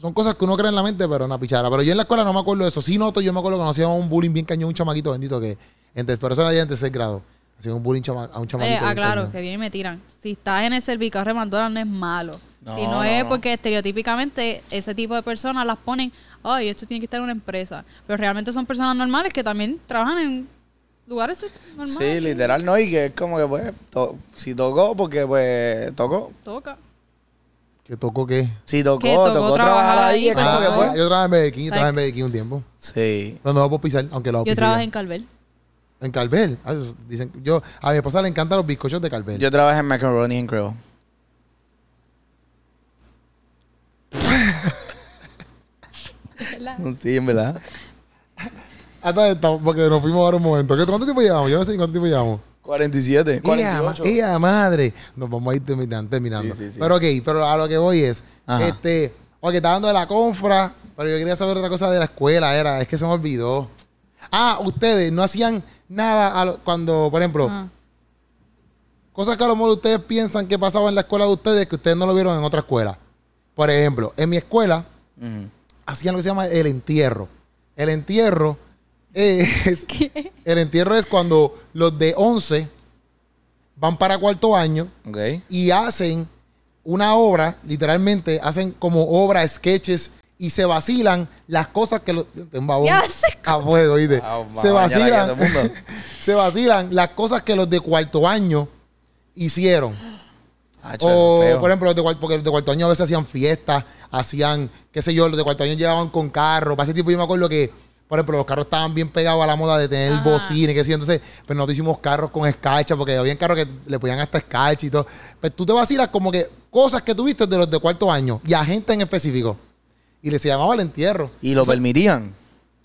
S1: son cosas que uno cree en la mente, pero una pichara. Pero yo en la escuela no me acuerdo de eso. Sí noto, yo me acuerdo que nos hacían un bullying bien cañón, un chamaquito bendito que, entre, pero eso era ya en tercer grado. Hacían un bullying chama- a un
S3: Eh,
S1: chamaquito.
S3: ah,
S1: bien
S3: claro,
S1: cañón.
S3: que vienen y me tiran. Si estás en el cervicaje de McDonald's no es malo.
S2: No,
S3: si no,
S2: no,
S3: es
S2: no.
S3: porque estereotípicamente ese tipo de personas las ponen, ay, esto tiene que estar en una empresa. Pero realmente son personas normales que también trabajan en lugares normales.
S2: Sí, literal, no, y que es como que pues, to- si tocó, porque pues tocó.
S3: Toca.
S1: ¿Que tocó qué?
S2: Si tocó,
S3: Que tocó
S2: tocó, trabajar
S3: trabajar
S2: ahí,
S3: ahí,
S2: es
S3: pues,
S2: como
S1: Ah,
S2: que
S3: tocó.
S2: pues.
S1: yo trabajé en Medellín, yo
S3: ¿Sabes?
S1: trabajé en Medellín un tiempo.
S2: Sí.
S1: Pero no lo puedo pisar, aunque lo
S3: Yo
S1: pisé
S3: trabajo
S1: ya.
S3: en Calvel.
S1: En Calvel. Ah, ellos dicen, yo, a mi esposa le encantan los bizcochos de Calvel.
S2: Yo trabajé en Macaroni and Grill. Sí, en verdad.
S1: Hasta esto, Ah, porque nos fuimos ahora un momento. ¿Qué- ¿Cuánto tiempo llevamos? Yo no sé ni cuánto tiempo llevamos.
S2: 47.
S1: Ella, madre. Nos vamos a ir terminando. terminando.
S2: Sí, sí, sí.
S1: Pero ok, pero a lo que voy es,
S2: Ajá.
S1: este, ok, estaba hablando de la confra, pero yo quería saber otra cosa de la escuela, era, es que se me olvidó. Ah, ustedes no hacían nada a lo- cuando, por
S2: Oh.
S1: ejemplo,
S3: Ah.
S1: cosas que a lo mejor ustedes piensan que pasaba en la escuela de ustedes que ustedes no lo vieron en otra escuela. Por ejemplo, en mi escuela
S2: Ujú.
S1: hacían lo que se llama el entierro. El entierro es...
S3: ¿Qué?
S1: El entierro es cuando los de 11 van para cuarto año
S2: Ok.
S1: y hacen una obra, literalmente hacen como obra, sketches y se vacilan las cosas que los un babón
S3: Ya sé.
S1: a fuego, ¿viste?
S2: Ah, vamos
S1: se
S2: a bañar aquí a todo el
S1: vacilan,
S2: mundo.
S1: se vacilan las cosas que los de cuarto año hicieron.
S2: Ah, chaval,
S1: O,
S2: feo.
S1: por ejemplo, los de, cuar- porque los de cuarto año a veces hacían fiestas, hacían, qué sé yo, los de cuarto año llegaban con carros. Para ese tipo yo me acuerdo que, por ejemplo, los carros estaban bien pegados a la moda de tener
S3: Ajá.
S1: bocina y qué sé yo. Entonces, pues nosotros hicimos carros con escarcha, porque había carros que le ponían hasta escarcha y todo. Pero tú te vacilas como que cosas que tuviste de los de cuarto año y a gente en específico. Y le se llamaba el entierro.
S2: Y lo permitían.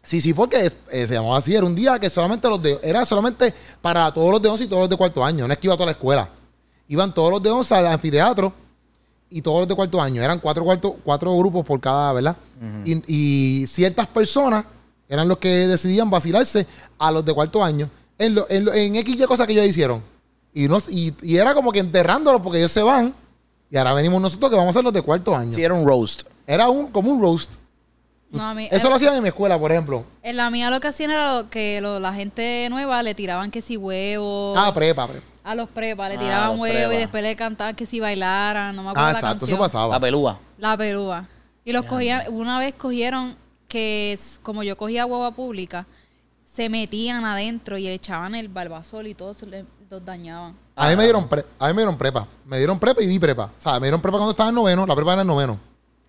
S1: Sí, sí, porque eh, se llamaba así. Era un día que solamente los de. Era solamente para todos los de 11 y todos los de cuarto año. No es que iba a toda la escuela. Iban todos los de 11 al anfiteatro y todos los de cuarto año. Eran cuatro, cuarto, cuatro grupos por cada, ¿verdad? y, y ciertas personas eran los que decidían vacilarse a los de cuarto año en, lo, en, lo- en X y cosas que ellos hicieron. Y, no, y, y era como que enterrándolos porque ellos se van y ahora venimos nosotros que vamos a ser los de cuarto año.
S2: Sí, era un roast.
S1: Era un, como un roast.
S3: No, a mí-
S1: Eso lo hacían en mi escuela, por ejemplo.
S3: En la mía lo que hacían era lo- que lo- la gente nueva le tiraban que si huevo.
S1: Ah, prepa, prepa.
S3: a los prepas, le
S2: Ah,
S3: tiraban
S2: los
S3: huevo y
S2: prepas.
S3: después le cantaban que si bailaran, no me acuerdo
S1: Ah,
S3: la
S1: exacto, eso
S3: canción.
S1: pasaba.
S2: La pelúa.
S3: La perúa. Y los cogían, una vez cogieron que es- como yo cogía guagua pública, se metían adentro y le echaban el barbasol y todos le- los dañaban.
S1: A mí
S2: ah.
S1: me dieron pre- a mí me dieron prepa. Me dieron prepa y di prepa. O sea, me dieron prepa cuando estaba en noveno, la prepa era en noveno.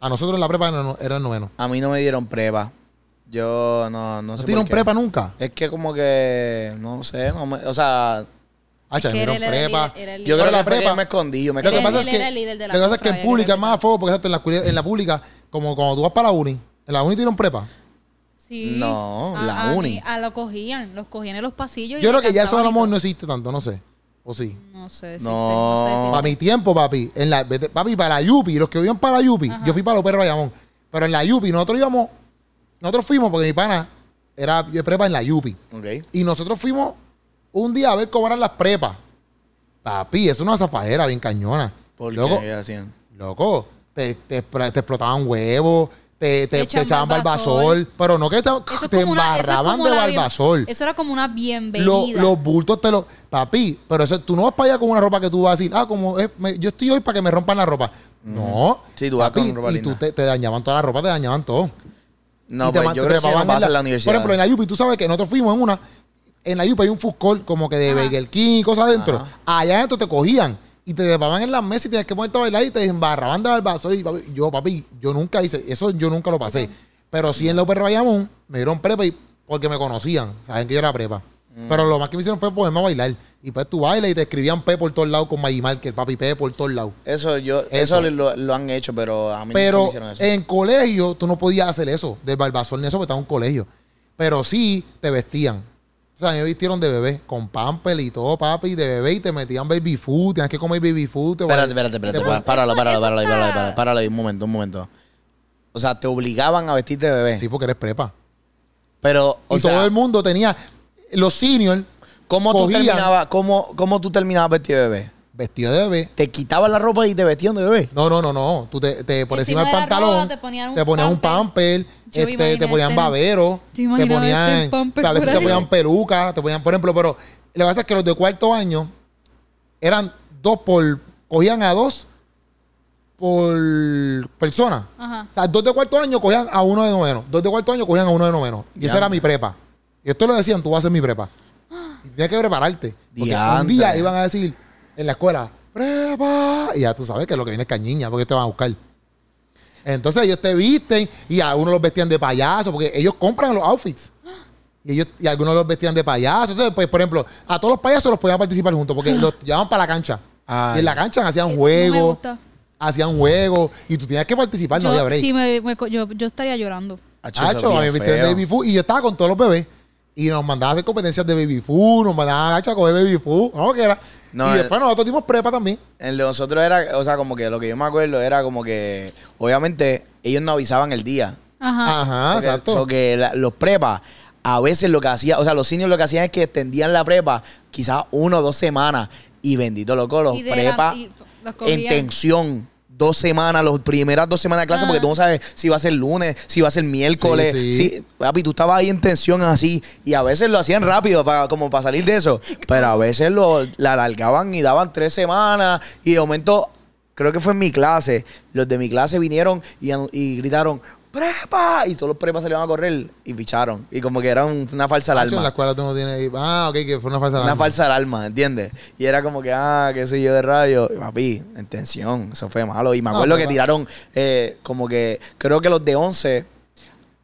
S1: A nosotros la prepa era no- era en noveno.
S2: A mí no me dieron prepa. Yo no, no sé.
S1: ¿No te
S2: por
S1: dieron
S2: qué.
S1: prepa nunca?
S2: Es que como que, no sé, no me- o sea,
S1: Ah, ya
S3: que él
S1: vieron
S3: era el
S1: prepa.
S3: líder- era el
S2: Yo
S1: Pero
S2: creo
S1: la
S2: que fue que
S1: prepa-
S2: yo me escondí, yo me
S1: Lo que
S3: Él-
S2: escondí.
S1: pasa es
S3: él
S1: que,
S3: era el líder de la
S1: lo que pasa es que en
S3: confraya,
S1: pública es
S3: creo que
S1: más fuego porque exacto, en la, culi- en la pública, como cuando tú vas para la uni, en la uni tienen prepa.
S3: Sí.
S2: No,
S3: A-
S2: la
S3: a
S2: uni.
S3: mí- A lo cogían, los cogían en los pasillos. y
S1: Yo
S3: le
S1: creo que ya eso a lo
S3: cantaban y
S1: mejor no
S3: todo.
S1: existe tanto, no sé. O sí.
S3: No sé decirte,
S2: No.
S3: no sé decirte.
S1: Para mi tiempo, papi, en la, vete- papi, para Yupi, los que vivían para Yupi, yo fui para los perros de Bayamón, pero en la Yupi nosotros íbamos, nosotros fuimos porque mi pana era de prepa en la Yupi.
S2: Ok.
S1: Y nosotros fuimos un día a ver cómo eran las prepas. Papi, es una zafajera bien cañona.
S2: ¿Por
S1: loco,
S2: qué hacían?
S1: loco, te, te, expl- te explotaban huevos, te, te,
S3: Te
S1: te
S3: echaban
S1: echaban
S3: Barbasol.
S1: barbasol, pero no que te,
S3: Eso es
S1: te
S3: como una- eso es
S1: embarraban
S3: como
S1: de
S3: la bien-
S1: barbasol.
S3: Eso era como una
S1: Lo-
S3: bienvenida.
S1: los bultos te los. Papi, pero eso, tú no vas para allá con una ropa que tú vas a decir, ah, como es- me- yo estoy hoy para que me rompan la ropa. No.
S2: Sí, tú vas
S1: Papi,
S2: con ropa
S1: Y
S2: linda.
S1: tú te, te dañaban toda la ropa, te dañaban todo.
S2: No,
S1: Y te
S2: pues
S1: man-
S2: yo
S1: te
S2: creo que eso no
S1: trepaban
S2: pasa en la universidad.
S1: Por ejemplo, en la Yupi, tú sabes que nosotros fuimos en una. En la Yupi hay un food court como que de
S3: Ajá.
S1: Burger King y cosas adentro.
S2: Ajá.
S1: Allá adentro te cogían y te trepaban en las mesas y tenías que ponerte a bailar y te embarraban de barbasol. Y papi, yo, papi, yo nunca hice. Eso yo nunca lo pasé. Pero sí en la UPR Bayamón me dieron prepa y porque me conocían. Saben que yo era prepa.
S2: Mm.
S1: Pero lo más que me hicieron fue ponerme a bailar. Y pues tú bailas y te escribían P por todos lados con Maggie Marker, papi P por todos lados.
S2: Eso, yo, eso,
S1: Eso.
S2: lo, lo han hecho, pero a mí nunca me
S1: Pero
S2: hicieron eso.
S1: en colegio tú no podías hacer eso, del barbasol ni eso, porque estaba en un colegio. Pero sí te vestían. O sea, a mí me vistieron de bebé, con pamper y todo, papi, de bebé, y te metían baby food, tenías que comer baby food. te-
S2: Espérate, espérate, espérate.
S3: Eso-
S2: pa- Páralo,
S3: eso-
S2: páralo,
S3: eso
S2: páralo, ahí,
S3: está-
S2: páralo, ahí, páralo, páralo ahí, un momento, un momento. O sea, te obligaban a vestirte de bebé.
S1: Sí, porque eres prepa.
S2: Pero, o
S1: y
S2: sea,
S1: todo el mundo tenía, los seniors
S2: ¿cómo, tú
S1: cogían-
S2: terminabas, cómo, cómo tú terminabas vestido de bebé?
S1: vestidos de bebé.
S2: ¿Te quitabas la ropa y te vestían de bebé?
S1: No, no, no, no. Tú te, te- por encima
S3: Encima
S1: del
S3: de la ropa
S1: pantalón,
S3: te ponían un
S1: te ponían un pamper,
S3: Yo
S1: este,
S3: imaginé
S1: te ponían
S3: este-
S1: babero,
S3: Yo
S1: te
S3: imaginaba
S1: ponían,
S3: este en pamper
S1: a veces
S3: por
S1: te
S3: ahí.
S1: ponían peluca, te ponían, por ejemplo, pero lo que pasa es que los de cuarto año eran dos por, cogían a dos por persona.
S3: Ajá.
S1: O sea, dos de cuarto año cogían a uno de noveno, dos de cuarto año cogían a uno de noveno. Y esa
S2: Diantre.
S1: era mi prepa. Y esto lo decían, tú vas a hacer mi prepa. Y tenías que prepararte. Porque un
S2: Diantre.
S1: día iban a decir en la escuela, prepa. Y ya tú sabes que lo que viene es cañiña, porque te van a buscar. Entonces ellos te visten y a uno los vestían de payaso, porque ellos compran los outfits. Y ellos, y algunos los vestían de payaso. Entonces, pues, por ejemplo, a todos los payasos los podían participar juntos, porque los llevaban para la cancha.
S2: Ay.
S1: Y en la cancha hacían
S3: Eh, no
S1: juegos.
S3: me gusta.
S1: Hacían juegos. Y tú tenías que participar, no había
S3: yo,
S1: break.
S3: sí, me- me co- yo, yo estaría llorando.
S2: Acho, eso es
S1: Hacho, a mí me
S2: bien
S1: vistieron de
S2: feo.
S1: baby food y yo estaba con todos los bebés. Y nos mandaban a hacer competencias de baby food, nos mandaban hacho, a comer baby food, no que era.
S2: No,
S1: y
S2: eh,
S1: después nosotros dimos prepa también.
S2: En lo de nosotros era, o sea, como que lo que yo me acuerdo era como que, obviamente, ellos no avisaban el día.
S3: Ajá.
S1: Ajá,
S2: So
S1: Ah,
S2: que-
S1: exacto.
S2: so que la- los prepas, a veces lo que hacían, o sea, los seniors lo que hacían es que extendían la prepa quizás una o dos semanas. Y bendito loco, los
S3: Y de la-
S2: prepas
S3: y los cogían.
S2: en tensión. Dos semanas, las primeras dos semanas de clase,
S3: Ah.
S2: porque tú no sabes si va a ser lunes, si va a ser miércoles.
S1: Sí, sí.
S2: si- papi, tú estabas ahí en tensión así. Y a veces lo hacían rápido, para, como para salir de eso. Pero a veces lo, la alargaban y daban tres semanas. Y de momento, creo que fue en mi clase. Los de mi clase vinieron y, anu- y gritaron, ¡Prepa! Y todos los prepas salieron a correr y ficharon. Y como que era un- una falsa
S1: Hacho, en la
S2: alarma.
S1: escuela tú no tienes. Ah, ok, que fue una falsa
S2: Una
S1: alarma.
S2: falsa alarma, ¿entiendes? Y era como que, ah, qué sé yo de radio. Y, papi, en tensión, eso fue malo. Y me
S1: No, pero
S2: acuerdo que
S1: la-
S2: tiraron, eh, como que, creo que los de 11,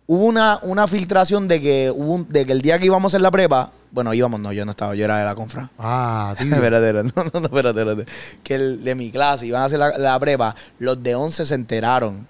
S2: hubo una, una filtración de que, hubo un- de que el día que íbamos en la prepa, bueno, íbamos, no, yo no estaba, yo era de la confra.
S1: Ah, tío.
S2: espérate, espérate, no, no, no, espérate, espérate. Que el de mi clase iban a hacer la, la prepa, los de 11 se enteraron.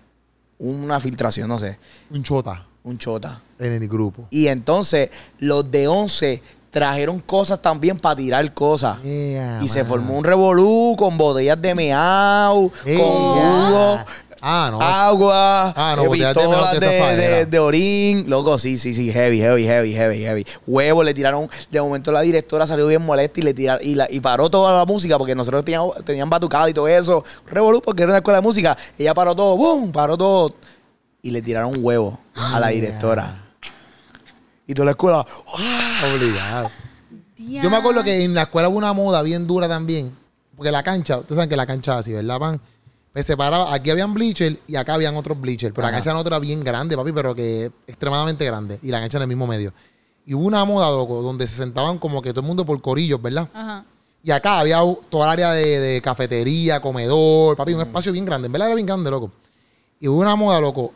S2: Una filtración, no sé,
S1: un chota
S2: un chota.
S1: en el grupo.
S2: Y entonces los de 11 trajeron cosas también para tirar cosas.
S1: Yeah,
S2: y se
S1: man.
S2: formó un revolú con botellas de meao,
S1: Yeah.
S2: con jugo,
S1: Ah, no.
S2: agua,
S1: Ah, no,
S2: eh,
S1: botellas de meao,
S2: pistolas
S1: que
S2: de,
S1: esa faena.
S2: de- de orín. Loco, sí, sí, sí, heavy, heavy, heavy, heavy, heavy. Huevo, le tiraron. De momento la directora salió bien molesta y le tiraron, y, la- y paró toda la música porque nosotros teníamos, tenían batucada y todo eso. Revolú porque era una escuela de música. Ella paró todo, boom, paró todo. Y le tiraron un huevo a la
S1: Yeah.
S2: directora. Y toda la escuela, Ah.
S1: Obligado. Yo me acuerdo que en la escuela hubo una moda bien dura también. Porque la cancha, ustedes saben que la cancha es así, ¿verdad, pan? Pues separaba, aquí habían bleachers y acá habían otros bleachers. Pero
S2: Ajá.
S1: la cancha no era bien grande, papi, pero que extremadamente grande. Y la cancha en el mismo medio. Y hubo una moda, loco, donde se sentaban como que todo el mundo por corillos, ¿verdad?
S3: Ajá.
S1: Y acá había u- toda el área de, de cafetería, comedor, papi, un espacio bien grande. En verdad era bien grande, loco. Y hubo una moda, loco,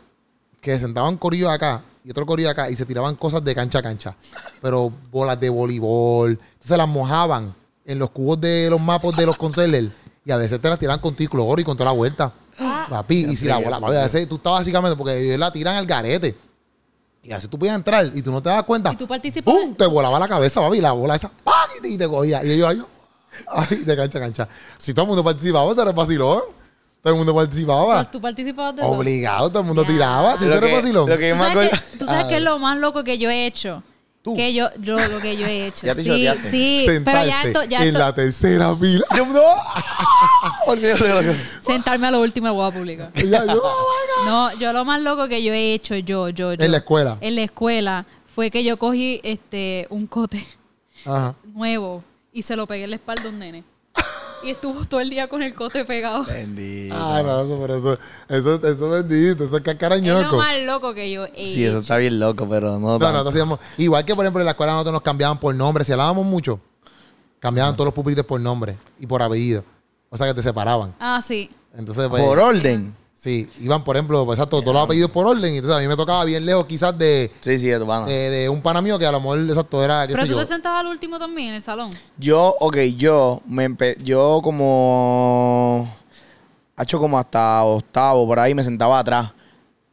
S1: que sentaban corillos acá y otro corillo acá y se tiraban cosas de cancha a cancha. Pero bolas de voleibol. Entonces las mojaban. en los cubos de los mapas de los consellers. Y a veces te las tiran con título oro y con toda la vuelta.
S3: Ah.
S1: Papi, y si la bola, papi, a veces tú estás básicamente porque ellos la tiran al garete. Y a veces tú podías entrar y tú no te das cuenta.
S3: Y tú participabas.
S1: ¡Pum! Te volaba la cabeza, papi, la bola esa. ¡pam! Y te- Y te cogía. Y ellos ahí. Ay, de cancha a cancha. Si todo el mundo participaba, se vacilón. Todo el mundo participaba.
S3: Pues, Tú participabas de eso.
S1: Obligado, todo el mundo
S3: Ya.
S1: tiraba. Si
S2: Lo
S1: se era
S2: que-
S1: vacilón.
S2: lo que
S3: ¿Tú
S2: yo me
S3: sabes,
S2: acuerdo.
S3: que, tú sabes qué es lo más loco que yo he hecho?
S2: Tú.
S3: Que yo, yo, lo que yo he hecho.
S2: Ya te
S3: sí,
S2: choteaste.
S3: sí, pero ya
S1: sentarse
S3: esto, ya
S1: en
S3: esto-
S1: la tercera fila.
S2: Yo no. Olvídate de lo que-
S3: sentarme a lo último de voy a publicar.
S1: Y ya yo, "Oh, my
S3: No, yo lo más loco que yo he hecho, yo, yo,
S1: God".
S3: yo.
S1: en la escuela.
S3: en la escuela fue que yo cogí este un cote
S1: Ajá.
S3: nuevo y se lo pegué en la espalda a un nene. Y estuvo todo el día con el cote pegado.
S2: Bendito.
S1: Ah, no, eso, pero eso, eso, eso bendito, eso es
S3: Es lo
S1: cacarañoco.
S3: más loco que yo he
S2: Sí, eso
S3: hecho.
S2: está bien loco, pero
S1: No,
S2: no.
S1: no,
S2: tanto.
S1: nosotros hacíamos- igual que por ejemplo en la escuela nosotros nos cambiaban por nombre, si hablábamos mucho,
S2: Ah.
S1: cambiaban todos los pupitres por nombre y por apellido. O sea que te separaban.
S3: Ah, sí.
S1: Entonces, pues,
S2: Por orden.
S1: sí, iban, por ejemplo, pues, exacto, todos los apellidos por orden. Y entonces a mí me tocaba bien lejos quizás de,
S2: Sí, sí, tu pana.
S1: de, de un pana mío que a lo mejor exacto era, qué
S3: Pero
S1: sé
S3: tú
S1: yo.
S3: te sentabas al último también en el salón.
S2: Yo, ok, yo me empe- yo como ha hecho como hasta octavo por ahí me sentaba atrás.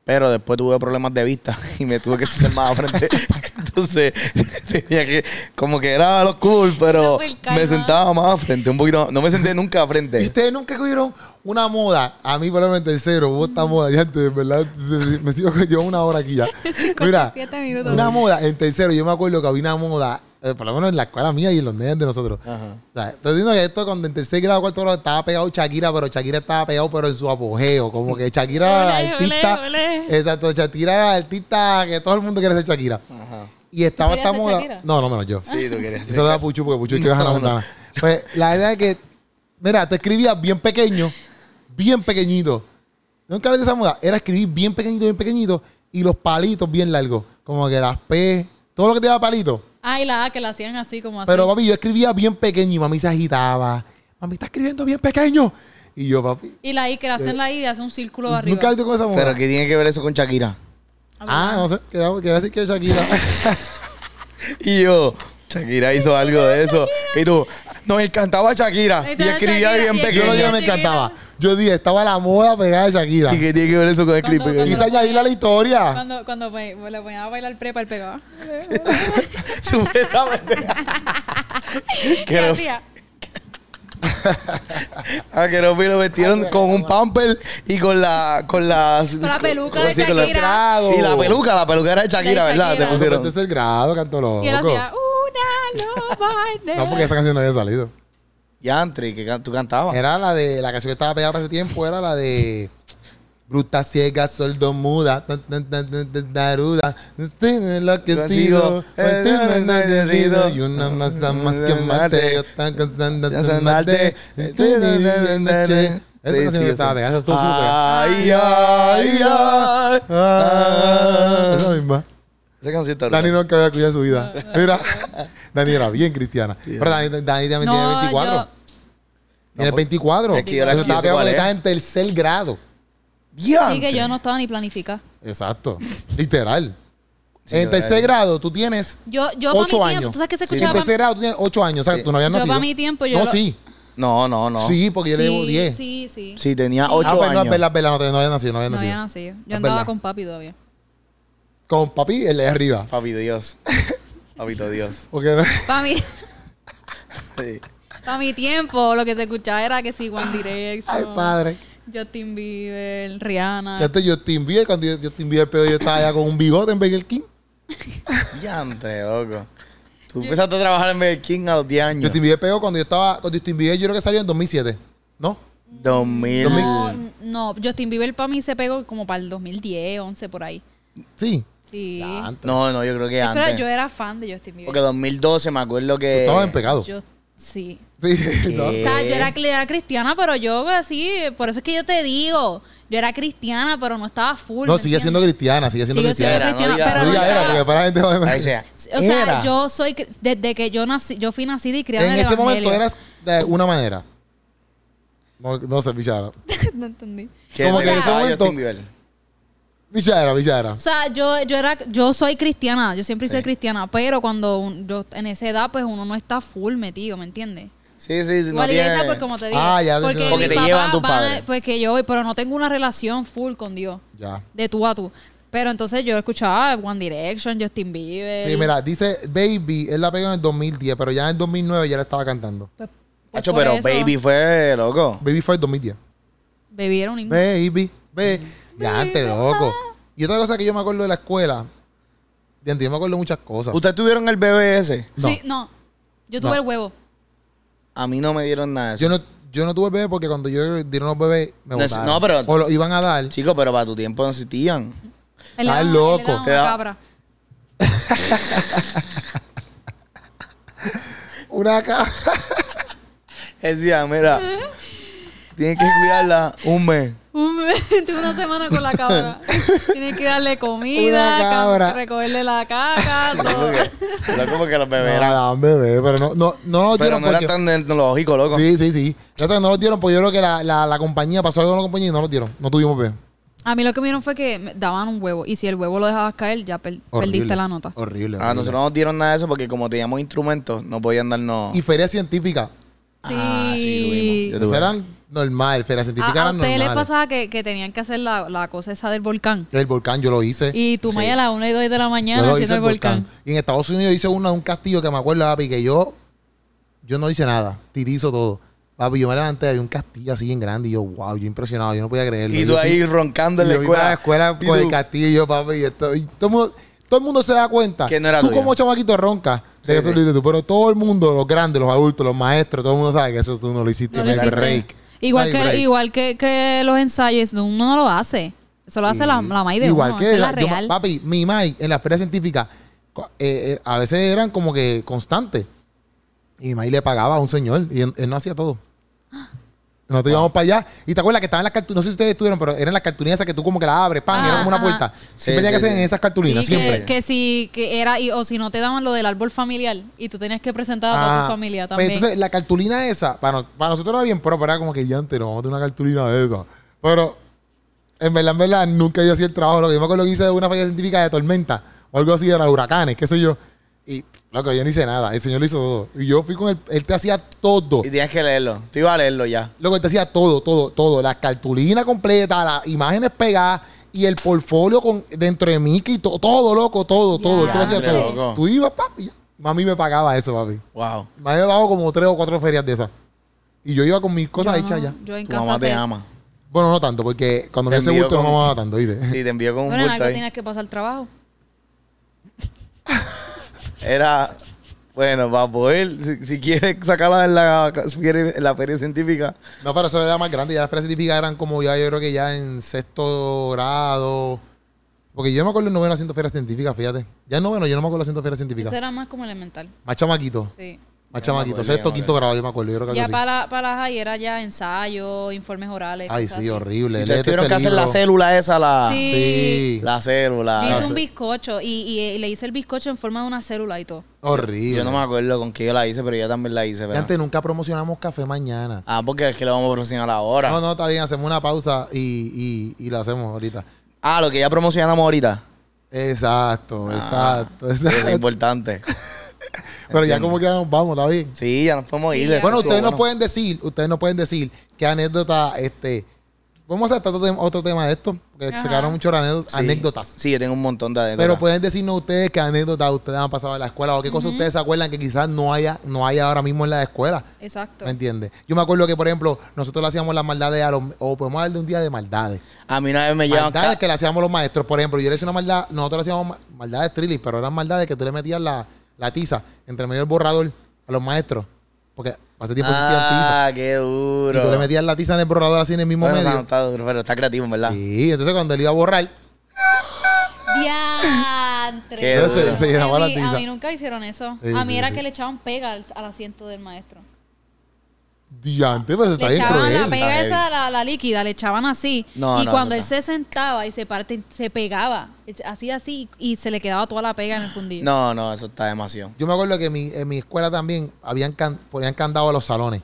S2: Pero después tuve problemas de vista y me tuve que sentar más al frente. Entonces, tenía que, como que era lo cool, pero
S3: Súper calma.
S2: me sentaba más al frente, un poquito más. No me senté nunca
S1: Y
S2: al frente.
S1: ustedes nunca cogieron una moda. A mí, probablemente el cero, hubo esta moda. Ya antes, en verdad, se- se- me sigo llevo una hora aquí ya. Mira,
S3: 57 minutos.
S1: una moda en tercero. Yo me acuerdo que había una moda, eh, por lo menos en la escuela mía y en los nenes de nosotros.
S2: Ajá.
S1: O sea, estoy diciendo que esto cuando en tercer grado, cuarto grado estaba pegado Shakira, pero Shakira estaba pegado, pero en su apogeo. Como que Shakira era la
S3: Ole, ole,
S1: artista.
S3: ole.
S1: Exacto, Shakira era la artista que todo el mundo quiere ser Shakira.
S2: Ajá.
S1: Y estaba
S3: querías
S1: esta
S3: ser
S1: moda.
S3: Shakira? Ah.
S1: No, no menos yo.
S2: Sí, tú querías.
S1: Eso lo da Puchu porque Puchu es que baja la ventana. Pues la idea es que, mira, te escribías bien pequeño, bien pequeñito. Nunca le esa moda. Era escribir bien pequeñito, bien pequeñito y los palitos bien largos. Como que las P, todo lo que te daba palito.
S3: Ay, Ah, la A que la hacían así como así.
S1: Pero papi, yo escribía bien pequeño y mami se agitaba. Mami está escribiendo bien pequeño. Y yo, papi,
S3: y la I que la hacen la I y hacen un círculo arriba.
S1: Eh, nunca le con esa moda.
S2: Pero ¿qué tiene que ver eso con Shakira?
S1: Ah, no sé, quería, quería decir que Shakira.
S2: Y yo, Shakira hizo algo de eso. Y tú, nos encantaba Shakira. Y
S3: Estaba
S2: escribía
S3: Shakira,
S2: bien
S3: y
S1: yo
S2: pequeño.
S1: no dije me
S3: Shakira.
S1: encantaba. Yo dije, estaba la moda pegada de Shakira.
S2: ¿Y qué tiene que ver eso con el
S3: Cuando-
S2: clip?
S3: cuando-
S1: Quise añadirle a la historia.
S3: Cuando, cuando me- me le ponía a bailar prepa, él pegaba.
S2: Supuestamente. que,
S3: ¿Qué
S2: lo,
S3: hacía?
S2: ah, que los lo vestieron con un pamper y con la. Con la,
S3: Con la peluca
S2: con-
S3: de
S2: sí, con la-
S3: Shakira.
S2: y la peluca, la peluca era de Shakira,
S3: De
S2: ¿verdad?
S3: Shakira.
S2: Te
S1: Pero
S2: pusieron.
S1: tercer grado, canto loco.
S3: Y él hacía una loba
S1: No, porque esa canción no había salido.
S2: Yantri, que can- tú cantabas.
S1: Era la de la canción que estaba pegada para ese tiempo, era la de Bruta ciega, soldo muda, tan, tan, tan, tan, tan, daruda, estoy enloquecido, mantengo enloquecido, y una masa más que mate, yo tan constante,
S2: Ya
S1: tan
S2: sonaste.
S1: mate, estoy en la noche. Esa
S2: Sí,
S1: canción estaba
S2: sí, esa.
S1: pegada, esa estuvo súper pegada.
S2: Ay, ay, ay.
S1: Ah, Esa
S2: ay.
S1: misma.
S2: Esa canción está
S1: Dani
S2: brutal.
S1: nunca había cuidado su vida. Mira, Dani era bien cristiana. Pero Dani, Dani también tiene 24.
S3: yo-
S1: Tiene
S2: No,
S1: 24.
S2: es que yo la-
S1: Eso estaba
S2: yo sé
S1: pegado
S2: cuál
S1: porque
S2: es.
S1: estaba en tercer grado.
S3: Sí, que
S2: Diantre.
S3: yo no estaba ni planificada.
S1: Exacto. Literal.
S2: Sí,
S1: en
S2: yo-
S1: tercer grado tú tienes
S3: Yo, yo
S1: ocho
S3: para mi
S1: años.
S3: tiempo, tú sabes que se
S2: Sí.
S1: En
S3: escuchaba
S1: tercer grado tú tienes ocho años. O sea,
S2: Sí.
S1: tú no habías
S3: Yo
S1: nacido.
S3: pa' mi tiempo, yo
S1: No,
S3: lo-
S1: sí.
S2: No, no, no.
S1: Sí, porque yo le llevo
S3: Sí,
S1: 10.
S3: Sí, sí.
S2: Sí, tenía
S1: Ah,
S2: 8
S1: pero no, es
S2: años.
S1: verdad, es verdad, no, te- no había nacido, no había
S3: No,
S1: nacido.
S3: ya no sé. Yo
S1: Es
S3: andaba
S1: verdad.
S3: con papi todavía.
S1: Con papi, él es arriba.
S2: Papito Dios. Papito Dios.
S1: Porque no-
S3: Para mi,
S2: Sí.
S3: pa' mi tiempo, lo que se escuchaba era que sí, One Direction.
S1: Ay, padre.
S3: Justin Bieber, Rihanna.
S1: Ya te yo te envié, cuando yo, yo te envié el pedo, yo estaba allá con un bigote en Burger King.
S2: Diantre, loco. Tú empezaste a trabajar en Burger King a los 10 años.
S1: Yo te envié peo cuando yo estaba, cuando yo te envié, yo creo que salió en 2007. ¿No?
S2: 2000.
S3: no, n- no, Justin Bieber para mí se pegó como para el 2010, 11, por ahí.
S1: Sí.
S3: Sí.
S1: Ya, antes.
S2: No, no, yo creo que
S3: Eso era-
S2: antes.
S3: yo era fan de Justin Bieber.
S2: Porque 2012 me acuerdo que.
S1: Estaba en pecado.
S3: Yo, sí.
S1: Sí, ¿no?
S3: O sea,
S2: Eh.
S3: yo era, cl- era cristiana, pero yo así, por eso es que yo te digo, yo era cristiana, pero no estaba full.
S1: No,
S3: ¿me
S1: sigue siendo
S3: entiendes?
S1: cristiana, sigue siendo
S3: Sigo siendo
S1: cristiana.
S2: Era, no
S3: cristiana,
S2: diga-
S3: pero
S1: No
S3: no
S1: diga era,
S3: estaba-
S1: porque para la gente va a
S2: Ahí sea.
S3: O sea,
S1: Era.
S3: yo soy cri- desde que yo nací, yo fui nacida y criada
S1: En
S3: en, el
S1: ese momento
S3: evangelio.
S1: eras de una manera. No, no sé, Villara.
S3: no entendí.
S2: Que
S1: Como
S2: te
S1: que en ese
S2: gustaba
S1: momento-
S2: Justin Bieber.
S1: Villara, Villara.
S3: O sea, yo, yo era, yo soy cristiana, yo siempre soy cristiana, pero cuando un- yo en esa edad, pues uno no está full metido, ¿me entiendes?
S2: Sí, sí, sí.
S3: Voy
S2: no
S3: a la iglesia
S2: tiene-
S3: porque como te dije.
S1: Ah, ya te
S3: porque
S1: entiendo.
S2: Porque
S3: mi
S2: te
S3: papá
S2: llevan tus
S3: van a-
S2: padres.
S3: Pues que yo voy, pero no tengo una relación full con Dios.
S1: Ya.
S3: De tú a tú. Pero entonces yo escuchaba One Direction, Justin Bieber.
S1: Sí, mira, dice Baby, él la pegó en el 2010, pero ya en el 2009 ya la estaba cantando.
S3: Pues- pues
S2: Hacho,
S3: por
S2: pero
S3: eso,
S2: Baby fue loco.
S1: Baby fue el 2010.
S3: Baby era un himno.
S1: Baby, ve.
S3: Mm.
S1: Ya antes, loco. Y otra cosa que yo me acuerdo de la escuela, de antes, yo me acuerdo de muchas cosas.
S2: ¿Ustedes tuvieron el BBS?
S1: No.
S3: Sí, no. Yo
S1: No.
S3: tuve el huevo.
S2: A mí no me dieron nada de eso.
S1: Yo no, yo no tuve bebé porque cuando yo dieron los bebés, me
S2: No,
S1: botaron.
S2: no, pero-
S1: O lo iban a dar.
S2: Chico, pero para tu tiempo no existían.
S3: Él le
S1: Ah,
S3: daba- él le
S1: loco.
S3: daba una
S2: Te da-
S3: cabra.
S1: Una caja.
S2: Decía, mira, tienes que cuidarla un mes.
S3: Un mes, tuve una semana con la cabra. Tienes que darle comida,
S1: Una
S3: cam-
S1: cabra.
S3: recogerle la caca, todo.
S2: Loco que- Loco que los bebés
S1: No,
S2: eran.
S1: daban bebé, pero no, no, no los
S2: Pero
S1: dieron
S2: no eran
S1: porque-
S2: tan tecnológicos, loco.
S1: Sí, sí, sí. Ya sabes, no los dieron, pues yo creo que la, la, la compañía pasó algo con la compañía y no los dieron. No tuvimos bebé.
S3: A mí lo que me dieron fue que me daban un huevo. Y si el huevo lo dejabas caer, ya per-
S1: Horrible.
S3: perdiste la nota.
S1: Horrible.
S2: A
S1: horrible.
S2: nosotros Ah, no nos dieron nada de eso porque como teníamos instrumentos, no podían darnos...
S1: Y feria científica.
S2: Ah, sí,
S3: Sí.
S2: tuvimos. Yo
S1: Esas
S2: tuve.
S1: eran normal, feria
S3: A,
S1: científica
S3: a
S1: eran
S3: ustedes les
S1: normales.
S3: pasaba que, que tenían que hacer la, la cosa esa del volcán.
S1: El volcán yo lo hice.
S3: Y tu Maya a las 1 y 2 de la
S1: Yo
S3: mañana
S1: lo hice
S3: haciendo el volcán.
S1: Y en Estados Unidos hice uno de un castillo que me acuerdo, papi, que yo, yo no hice nada, tirizo todo. Papi, yo me levanté, había un castillo así bien grande y yo, wow, yo impresionado, yo no podía creerlo.
S2: Y
S1: Yo
S2: tú
S1: sí-
S2: ahí roncando en
S1: Y
S2: la
S1: yo iba a
S2: escuela.
S1: la escuela
S2: Y
S1: con el
S2: tú-
S1: castillo, y yo, papi, y esto- y todo, el mundo, todo el mundo se da cuenta.
S2: Que no era
S1: tú
S2: tuyo.
S1: como chamaquito ronca, de que
S2: Sí,
S1: eso
S2: sí.
S1: lo hiciste tú, pero todo el mundo, los grandes, los adultos, los maestros, todo el mundo sabe que eso tú no lo hiciste.
S3: No
S1: no
S3: lo
S1: hay
S3: hiciste.
S1: break.
S3: Igual,
S1: No hay
S3: que,
S1: break.
S3: igual que, que los ensayos, no, uno no lo hace. Eso lo hace la, la May de
S1: Mm. Igual
S3: uno,
S1: que
S3: esa es la
S1: esa- yo-
S3: real.
S1: papi, mi Mai en la feria científica co- eh, eh, a veces eran como que constantes. Y mi Mai le pagaba a un señor y él, él no hacía todo. Nosotros íbamos para allá. Y te acuerdas que estaban las cartulinas, no sé si ustedes estuvieron, pero eran las cartulinas esas que tú como que la abres, pan, y era como una
S3: Ah, Ajá.
S1: puerta.
S2: Sí,
S1: siempre tenía
S2: sí,
S1: que ser
S2: sí.
S1: en esas
S3: Sí,
S1: cartulinas,
S3: que-
S1: siempre.
S3: Que, si que era, y, o si no te daban lo del árbol familiar y tú tenías que presentar a toda
S1: Ah,
S3: tu familia
S1: pues
S3: también.
S1: entonces, la cartulina esa, para, no- para nosotros era bien pro, pero era como que ya entero, vamos a tener una cartulina de esa. Pero, en verdad, en verdad, nunca yo hacía el trabajo. Lo que yo me acuerdo que hice de una feria científica de tormenta o algo así, era huracanes, qué sé yo. Y, loco, yo no hice nada. El señor lo hizo todo. Y yo fui con él, él te hacía todo.
S2: Y tienes que leerlo. Tú ibas a leerlo ya.
S1: Loco, él te hacía todo, todo, todo. La cartulina completa, las imágenes pegadas y el portfolio con, dentro de Mickey, y to- todo, loco, todo, todo.
S3: Ya,
S1: Tú lo hacías
S2: hombre,
S1: todo.
S2: loco.
S1: Tú ibas, papi. y ya. Mami me pagaba eso, papi.
S2: Wow.
S1: Me había llevado como tres o cuatro ferias de esas. Y yo iba con mis
S3: Yo
S1: cosas
S3: no,
S1: hechas ya.
S3: Yo en
S2: Tu
S3: casa
S2: mamá te
S3: sé-
S2: ama.
S1: Bueno, no tanto, porque cuando
S2: Te
S1: me hice
S2: envió
S1: bulto no
S2: con-
S1: me amaba tanto, ¿viste?
S2: Sí, te envió con un
S3: Bueno, en
S2: bulto
S3: algo
S2: ahí.
S3: tienes que pasar trabajo.
S2: Era... Bueno, para poder... Si, si quieres sacarla en la, si quieres- en la feria científica...
S1: No, pero eso era más grande. Ya las ferias científicas eran como ya, yo creo que ya en sexto grado. Porque yo me acuerdo en noveno haciendo ferias científicas, fíjate. Ya en noveno yo no me acuerdo haciendo ferias científicas.
S3: Eso era más como elemental.
S1: Más chamaquito.
S3: Sí.
S1: Más
S2: Yo me
S1: chamaquito.
S2: acuerdo, yo
S1: Sexto,
S2: me
S1: quinto
S2: acuerdo.
S1: grado yo me acuerdo. Yo creo que
S3: Ya
S1: algo así.
S3: para, para las high era ya ensayo, informes orales.
S1: Ay,
S3: cosas
S1: sí,
S3: así.
S1: horrible.
S2: Ustedes
S1: Léete
S2: tuvieron
S1: este
S2: que hacer la
S1: libro.
S2: célula esa, la...
S3: Sí.
S1: Sí.
S2: La célula.
S3: Yo
S2: la
S1: Ah,
S3: hice
S2: cé-
S3: un bizcocho y, y- y le hice el bizcocho en forma de una célula y todo.
S1: Horrible.
S2: Yo no me acuerdo con qué yo la hice, pero yo también la hice.
S1: Y
S2: pero-
S1: antes nunca promocionamos café mañana.
S2: Ah, porque es que lo vamos a promocionar ahora.
S1: No, no, está bien. Hacemos una pausa y, y, y la hacemos ahorita.
S2: Ah, lo que ya promocionamos ahorita. Ah,
S1: Exacto, exacto,
S2: Es lo
S1: exacto.
S2: importante.
S1: Pero ya como que nos vamos, está bien.
S2: Sí, ya nos podemos
S3: Sí,
S2: ir.
S3: ya.
S2: esto
S1: Bueno,
S2: estuvo
S1: ustedes nos pueden decir, ustedes nos pueden decir qué anécdota, este, vamos a hacer otro tema, otro tema de esto, porque se
S3: Ajá.
S1: quedaron muchas anécdotas,
S2: Sí.
S1: anécdotas.
S2: Sí, yo tengo un montón de anécdotas.
S1: Pero pues, pueden decirnos ustedes qué anécdotas ustedes han pasado en la escuela o qué cosas ustedes se acuerdan que quizás no haya, no haya ahora mismo en la escuela.
S3: Exacto.
S1: ¿Me entiendes? Yo me acuerdo que, por ejemplo, nosotros le hacíamos las maldades a los... O podemos hablar de un día de maldades.
S2: A mí una vez me llevan...
S1: maldades
S2: ca-
S1: que le hacíamos los maestros. Por ejemplo, yo le hice una maldad, nosotros le hacíamos ma- maldades trillis, pero eran maldades que tú le metías la, la tiza entre medio del borrador a los maestros. Porque hace tiempo
S2: Ah,
S1: existían
S2: qué
S1: tiza.
S2: duro.
S1: Y tú le metías la tiza en el borrador así en el mismo
S2: Bueno, o sea, no
S1: medio.
S2: está duro, pero está creativo, en verdad.
S1: Sí, entonces cuando él iba a borrar,
S3: Diantre.
S2: Qué Entonces, duro.
S1: se llenaba
S3: a,
S1: la
S3: mí,
S1: tiza.
S3: a mí nunca hicieron eso.
S1: Sí,
S3: a mí
S1: sí,
S3: era
S1: sí.
S3: que le echaban pega al, al asiento del maestro.
S1: diante, pues está
S3: le
S1: bien
S3: echaban la
S1: cruel.
S3: pega
S2: Está
S3: esa, la, la líquida, le echaban así.
S2: No,
S3: y
S2: no,
S3: cuando él
S2: eso
S3: se sentaba y se parte, se pegaba. es- Así, así, y se le quedaba toda la pega en el fundillo.
S2: No, no, eso está demasiado.
S1: Yo me acuerdo que en mi, en mi escuela también habían can- ponían candado a los salones.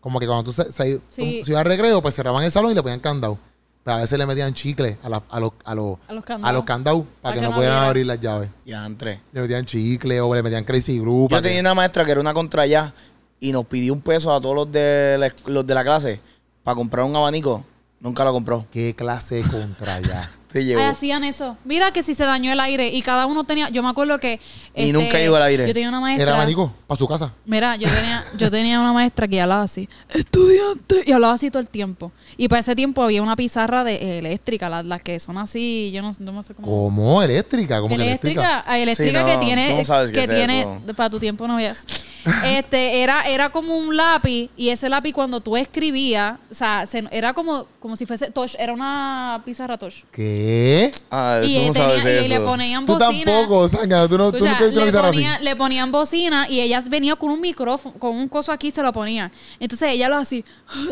S1: Como que cuando tú se, se-
S3: Sí.
S1: se iba a recreo, pues cerraban el salón y le ponían candado. Pero a veces le metían chicle a, la- a los, a, los, a
S3: A los
S1: los
S3: candados.
S1: candados para
S3: Para
S1: que,
S3: que
S1: no
S3: no
S1: pudieran
S3: abrieran.
S1: abrir las llaves.
S2: Ya entré.
S1: Le metían chicle o le metían crazy group.
S2: Yo tenía una maestra que era una contra ya y nos pidió un peso a todos los de la, esc- los de la clase para comprar un abanico. Nunca lo compró.
S1: ¿Qué clase de contra ya?
S2: Se
S3: Ay,
S2: llevó.
S3: hacían eso. Mira que si se dañó el aire y cada uno tenía. Yo me acuerdo que. este,
S2: Y nunca llegó al aire.
S3: Yo tenía una maestra.
S1: ¿Era abanico? ¿Para su casa?
S3: Mira, yo tenía, yo tenía una maestra que hablaba así, estudiante, y hablaba así todo el tiempo. Y para ese tiempo había una pizarra de eh, eléctrica, las las que son así, yo no, no me sé cómo.
S1: ¿Cómo? ¿Eléctrica? ¿Cómo que eléctrica?
S3: Mm. Eléctrica, ah, eléctrica
S2: Sí, no,
S3: que
S2: tú
S3: tiene,
S2: no sabes qué
S3: que
S2: es
S3: tiene,
S2: eso.
S3: para tu tiempo no veas. Este, era, era como un lápiz, y ese lápiz cuando tú escribías, o sea, se- era como, como si fuese touch, era una pizarra touch.
S1: ¿Qué?
S2: Ah,
S3: Y,
S2: tú no
S3: eh, tenía-
S2: sabes
S3: y le
S2: eso.
S3: ponían
S1: Tú
S3: bocina.
S1: tampoco, Sanga. Tú no, tú
S3: Escucha,
S1: nunca viste una
S3: le,
S1: guitarra así.
S3: ponía- le ponían bocina y ella venía con un micrófono, con un coso aquí y se lo ponía. Entonces ella lo hacía "Ah,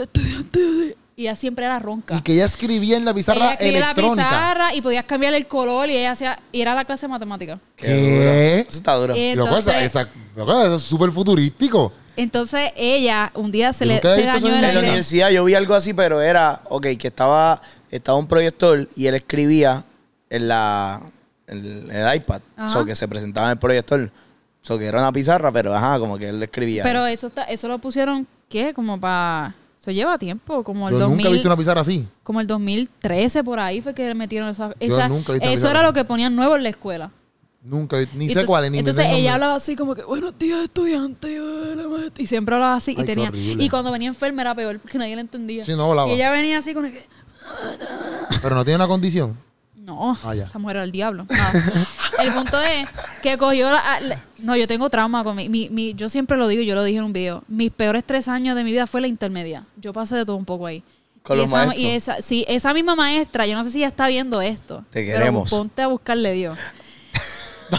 S3: y ella siempre era ronca.
S1: Y que ella escribía en la
S3: ella
S1: pizarra
S3: escribía la
S1: electrónica.
S3: pizarra y podías cambiar el color y ella hacía y era la clase de matemática.
S2: Qué
S1: ¿Qué?
S2: duro. Eso está duro.
S3: Eh,
S1: Loco, esa-
S3: Entonces-
S1: esa- loco, eso es súper futurístico.
S3: Entonces ella un día se
S1: Yo
S3: le
S1: nunca he
S3: se
S1: visto eso en
S3: dañó el
S1: la
S2: En
S1: Mira.
S2: la
S3: aire.
S2: universidad yo vi algo así, pero era, ok, que estaba, estaba un proyector y él escribía en la en el iPad.
S3: Ajá.
S2: O que se presentaba en el proyector. O que era una pizarra, pero ajá, como que él escribía.
S3: Pero eso está, eso lo pusieron ¿qué? Como para eso lleva tiempo, como el
S1: Yo
S3: 2000
S1: nunca he visto una pizarra así.
S3: como el 2013 por ahí fue que metieron esa,
S1: Yo
S3: esa-
S1: nunca he visto una
S3: eso
S1: pizarra
S3: era lo
S1: así.
S3: que ponían nuevo en la escuela.
S1: Nunca, he- ni
S3: Y
S1: sé
S3: entonces-
S1: cuál es, ni me
S3: Entonces
S1: sé el
S3: ella
S1: nombre.
S3: hablaba así como que, buenos días, estudiante. hola, maestra", Y siempre hablaba así.
S1: Ay,
S3: y,
S1: qué
S3: tenía,
S1: horrible.
S3: y cuando venía enferma era peor porque nadie la entendía.
S1: Sí, no hablaba.
S3: y ella venía así con el que,
S1: Pero no tiene una condición.
S3: no,
S1: Ah, ya.
S3: esa mujer era el diablo. Nada. el punto es que cogió la, a- la- No, yo tengo trauma con mi, mi- mi- Yo siempre lo digo, yo lo dije en un video. Mis peores tres años de mi vida fue la intermedia. Yo pasé de todo un poco ahí.
S2: Con
S3: y
S2: los
S3: esa,
S2: maestros.
S3: y esa- sí, esa misma maestra, yo no sé si ella está viendo esto.
S2: Te
S3: pero
S2: queremos.
S3: ponte a buscarle Dios.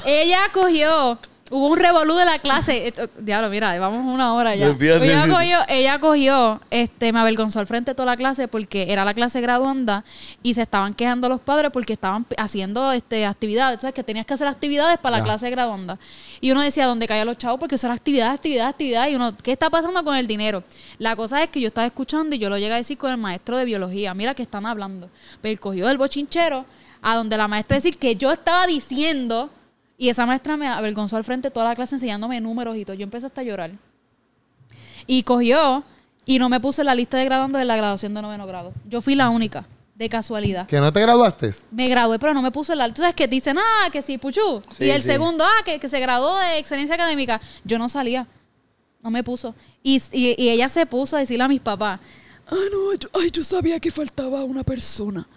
S3: ella cogió, hubo un revolú de la clase. Esto- Diablo, mira, vamos una hora ya.
S2: No, fíjate.
S3: Ella cogió, ella cogió, este, me avergonzó al frente de toda la clase porque era la clase graduanda y se estaban quejando los padres porque estaban p- haciendo este, actividades. Tú sabes que tenías que hacer actividades para
S1: Ya.
S3: la clase graduanda. Y uno decía, ¿dónde caían los chavos? Porque eso era actividad, actividad, actividad. Y uno, ¿qué está pasando con el dinero? La cosa es que yo estaba escuchando y yo lo llegué a decir con el maestro de biología. Mira que están hablando. Pero él cogió del bochinchero a donde la maestra decir que yo estaba diciendo y esa maestra me avergonzó al frente de toda la clase enseñándome números y todo. Yo empecé hasta a llorar. Y cogió y no me puso en la lista de graduando de la graduación de noveno grado. Yo fui la única, de casualidad.
S1: ¿Que no te graduaste? pues
S3: Me gradué, pero no me puso en la... Tú sabes que dicen, ah, que sí, puchú.
S2: Sí,
S3: y el
S2: sí.
S3: segundo, ah, que, que se graduó de excelencia académica. Yo no salía. No me puso. Y, y- y ella se puso a decirle a mis papás, ah, no, yo, ay, yo sabía que faltaba una persona.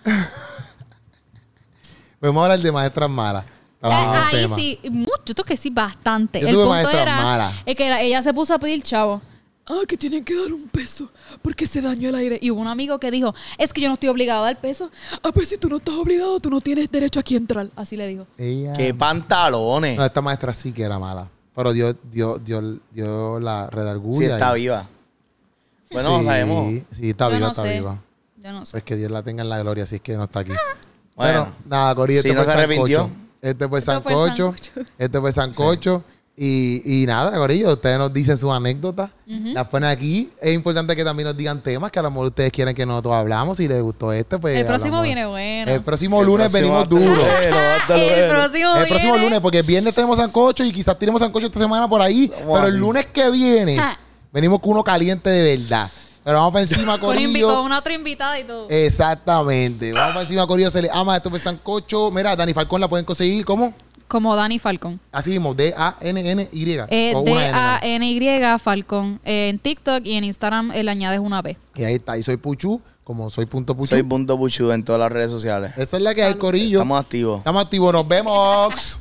S1: Vamos a hablar de maestras malas. Estamos en un
S3: Eh, ahí
S1: Ah, tema.
S3: sí, mucho, esto que sí, bastante.
S1: Yo
S3: el
S1: tuve
S3: punto
S1: maestras
S3: era
S1: malas.
S3: es que era- ella se puso a pedir chavo. Ah, que tienen que dar un peso porque se dañó el aire. Y hubo un amigo que dijo, es que yo no estoy obligado a dar peso. Ah, pues si tú no estás obligado, tú no tienes derecho aquí a entrar. Así le dijo.
S1: Ella-
S2: ¡Qué pantalones!
S1: No, esta maestra sí que era mala. Pero Dios, Dios, Dios, Dios la redargulla.
S2: sí, está
S1: y-
S2: viva. Bueno, no
S1: Sí,
S2: sabemos.
S1: Sí, está
S3: Yo
S1: viva,
S3: no
S1: está
S3: sé.
S1: viva.
S3: Yo no sé.
S1: Es que Dios la tenga en la gloria, si es que no está aquí.
S2: Bueno,
S1: Bueno, nada, Cori, este
S2: si no
S1: fue
S2: se
S1: sancocho.
S2: arrepintió.
S1: Este fue
S3: Este fue
S1: sancocho.
S3: sancocho.
S1: Este fue sancocho. Y, y nada, Corillo, ustedes nos dicen sus anécdotas, las ponen aquí. Es importante que también nos digan temas que a lo mejor ustedes quieren que nosotros hablamos. Si les gustó este, pues.
S3: El próximo
S1: hablamos.
S3: viene bueno.
S1: El próximo lunes
S2: próximo
S1: venimos duro.
S2: hasta luego, hasta
S3: El
S2: luego.
S3: próximo,
S1: El próximo
S3: viene.
S1: lunes, porque el viernes tenemos sancocho y quizás tenemos sancocho esta semana por ahí.
S2: Vamos
S1: pero
S2: así.
S1: el lunes que viene,
S3: Ja.
S1: venimos con uno caliente de verdad. Pero vamos para encima,
S3: Con, invi- con
S1: Corillo. Eh.
S3: una otra invitada y todo.
S1: Exactamente. Vamos para encima, Corillo. Se le ama. Esto fue sancocho. Mira, Dani Falcón la pueden conseguir. ¿Cómo?
S3: Como Dani Falcón.
S1: Así mismo, D-A-N-N-Y.
S3: Eh,
S1: o una N, ¿no?
S3: D-A-N-Y Falcón. Eh, en TikTok y en Instagram eh, le añades una B.
S1: Y ahí está. Y soy Puchu, como soy punto Puchu.
S2: Soy Punto Puchu en todas las redes sociales.
S1: Esa es la que hay, Corillo.
S2: Estamos activos.
S1: Estamos activos. Nos vemos.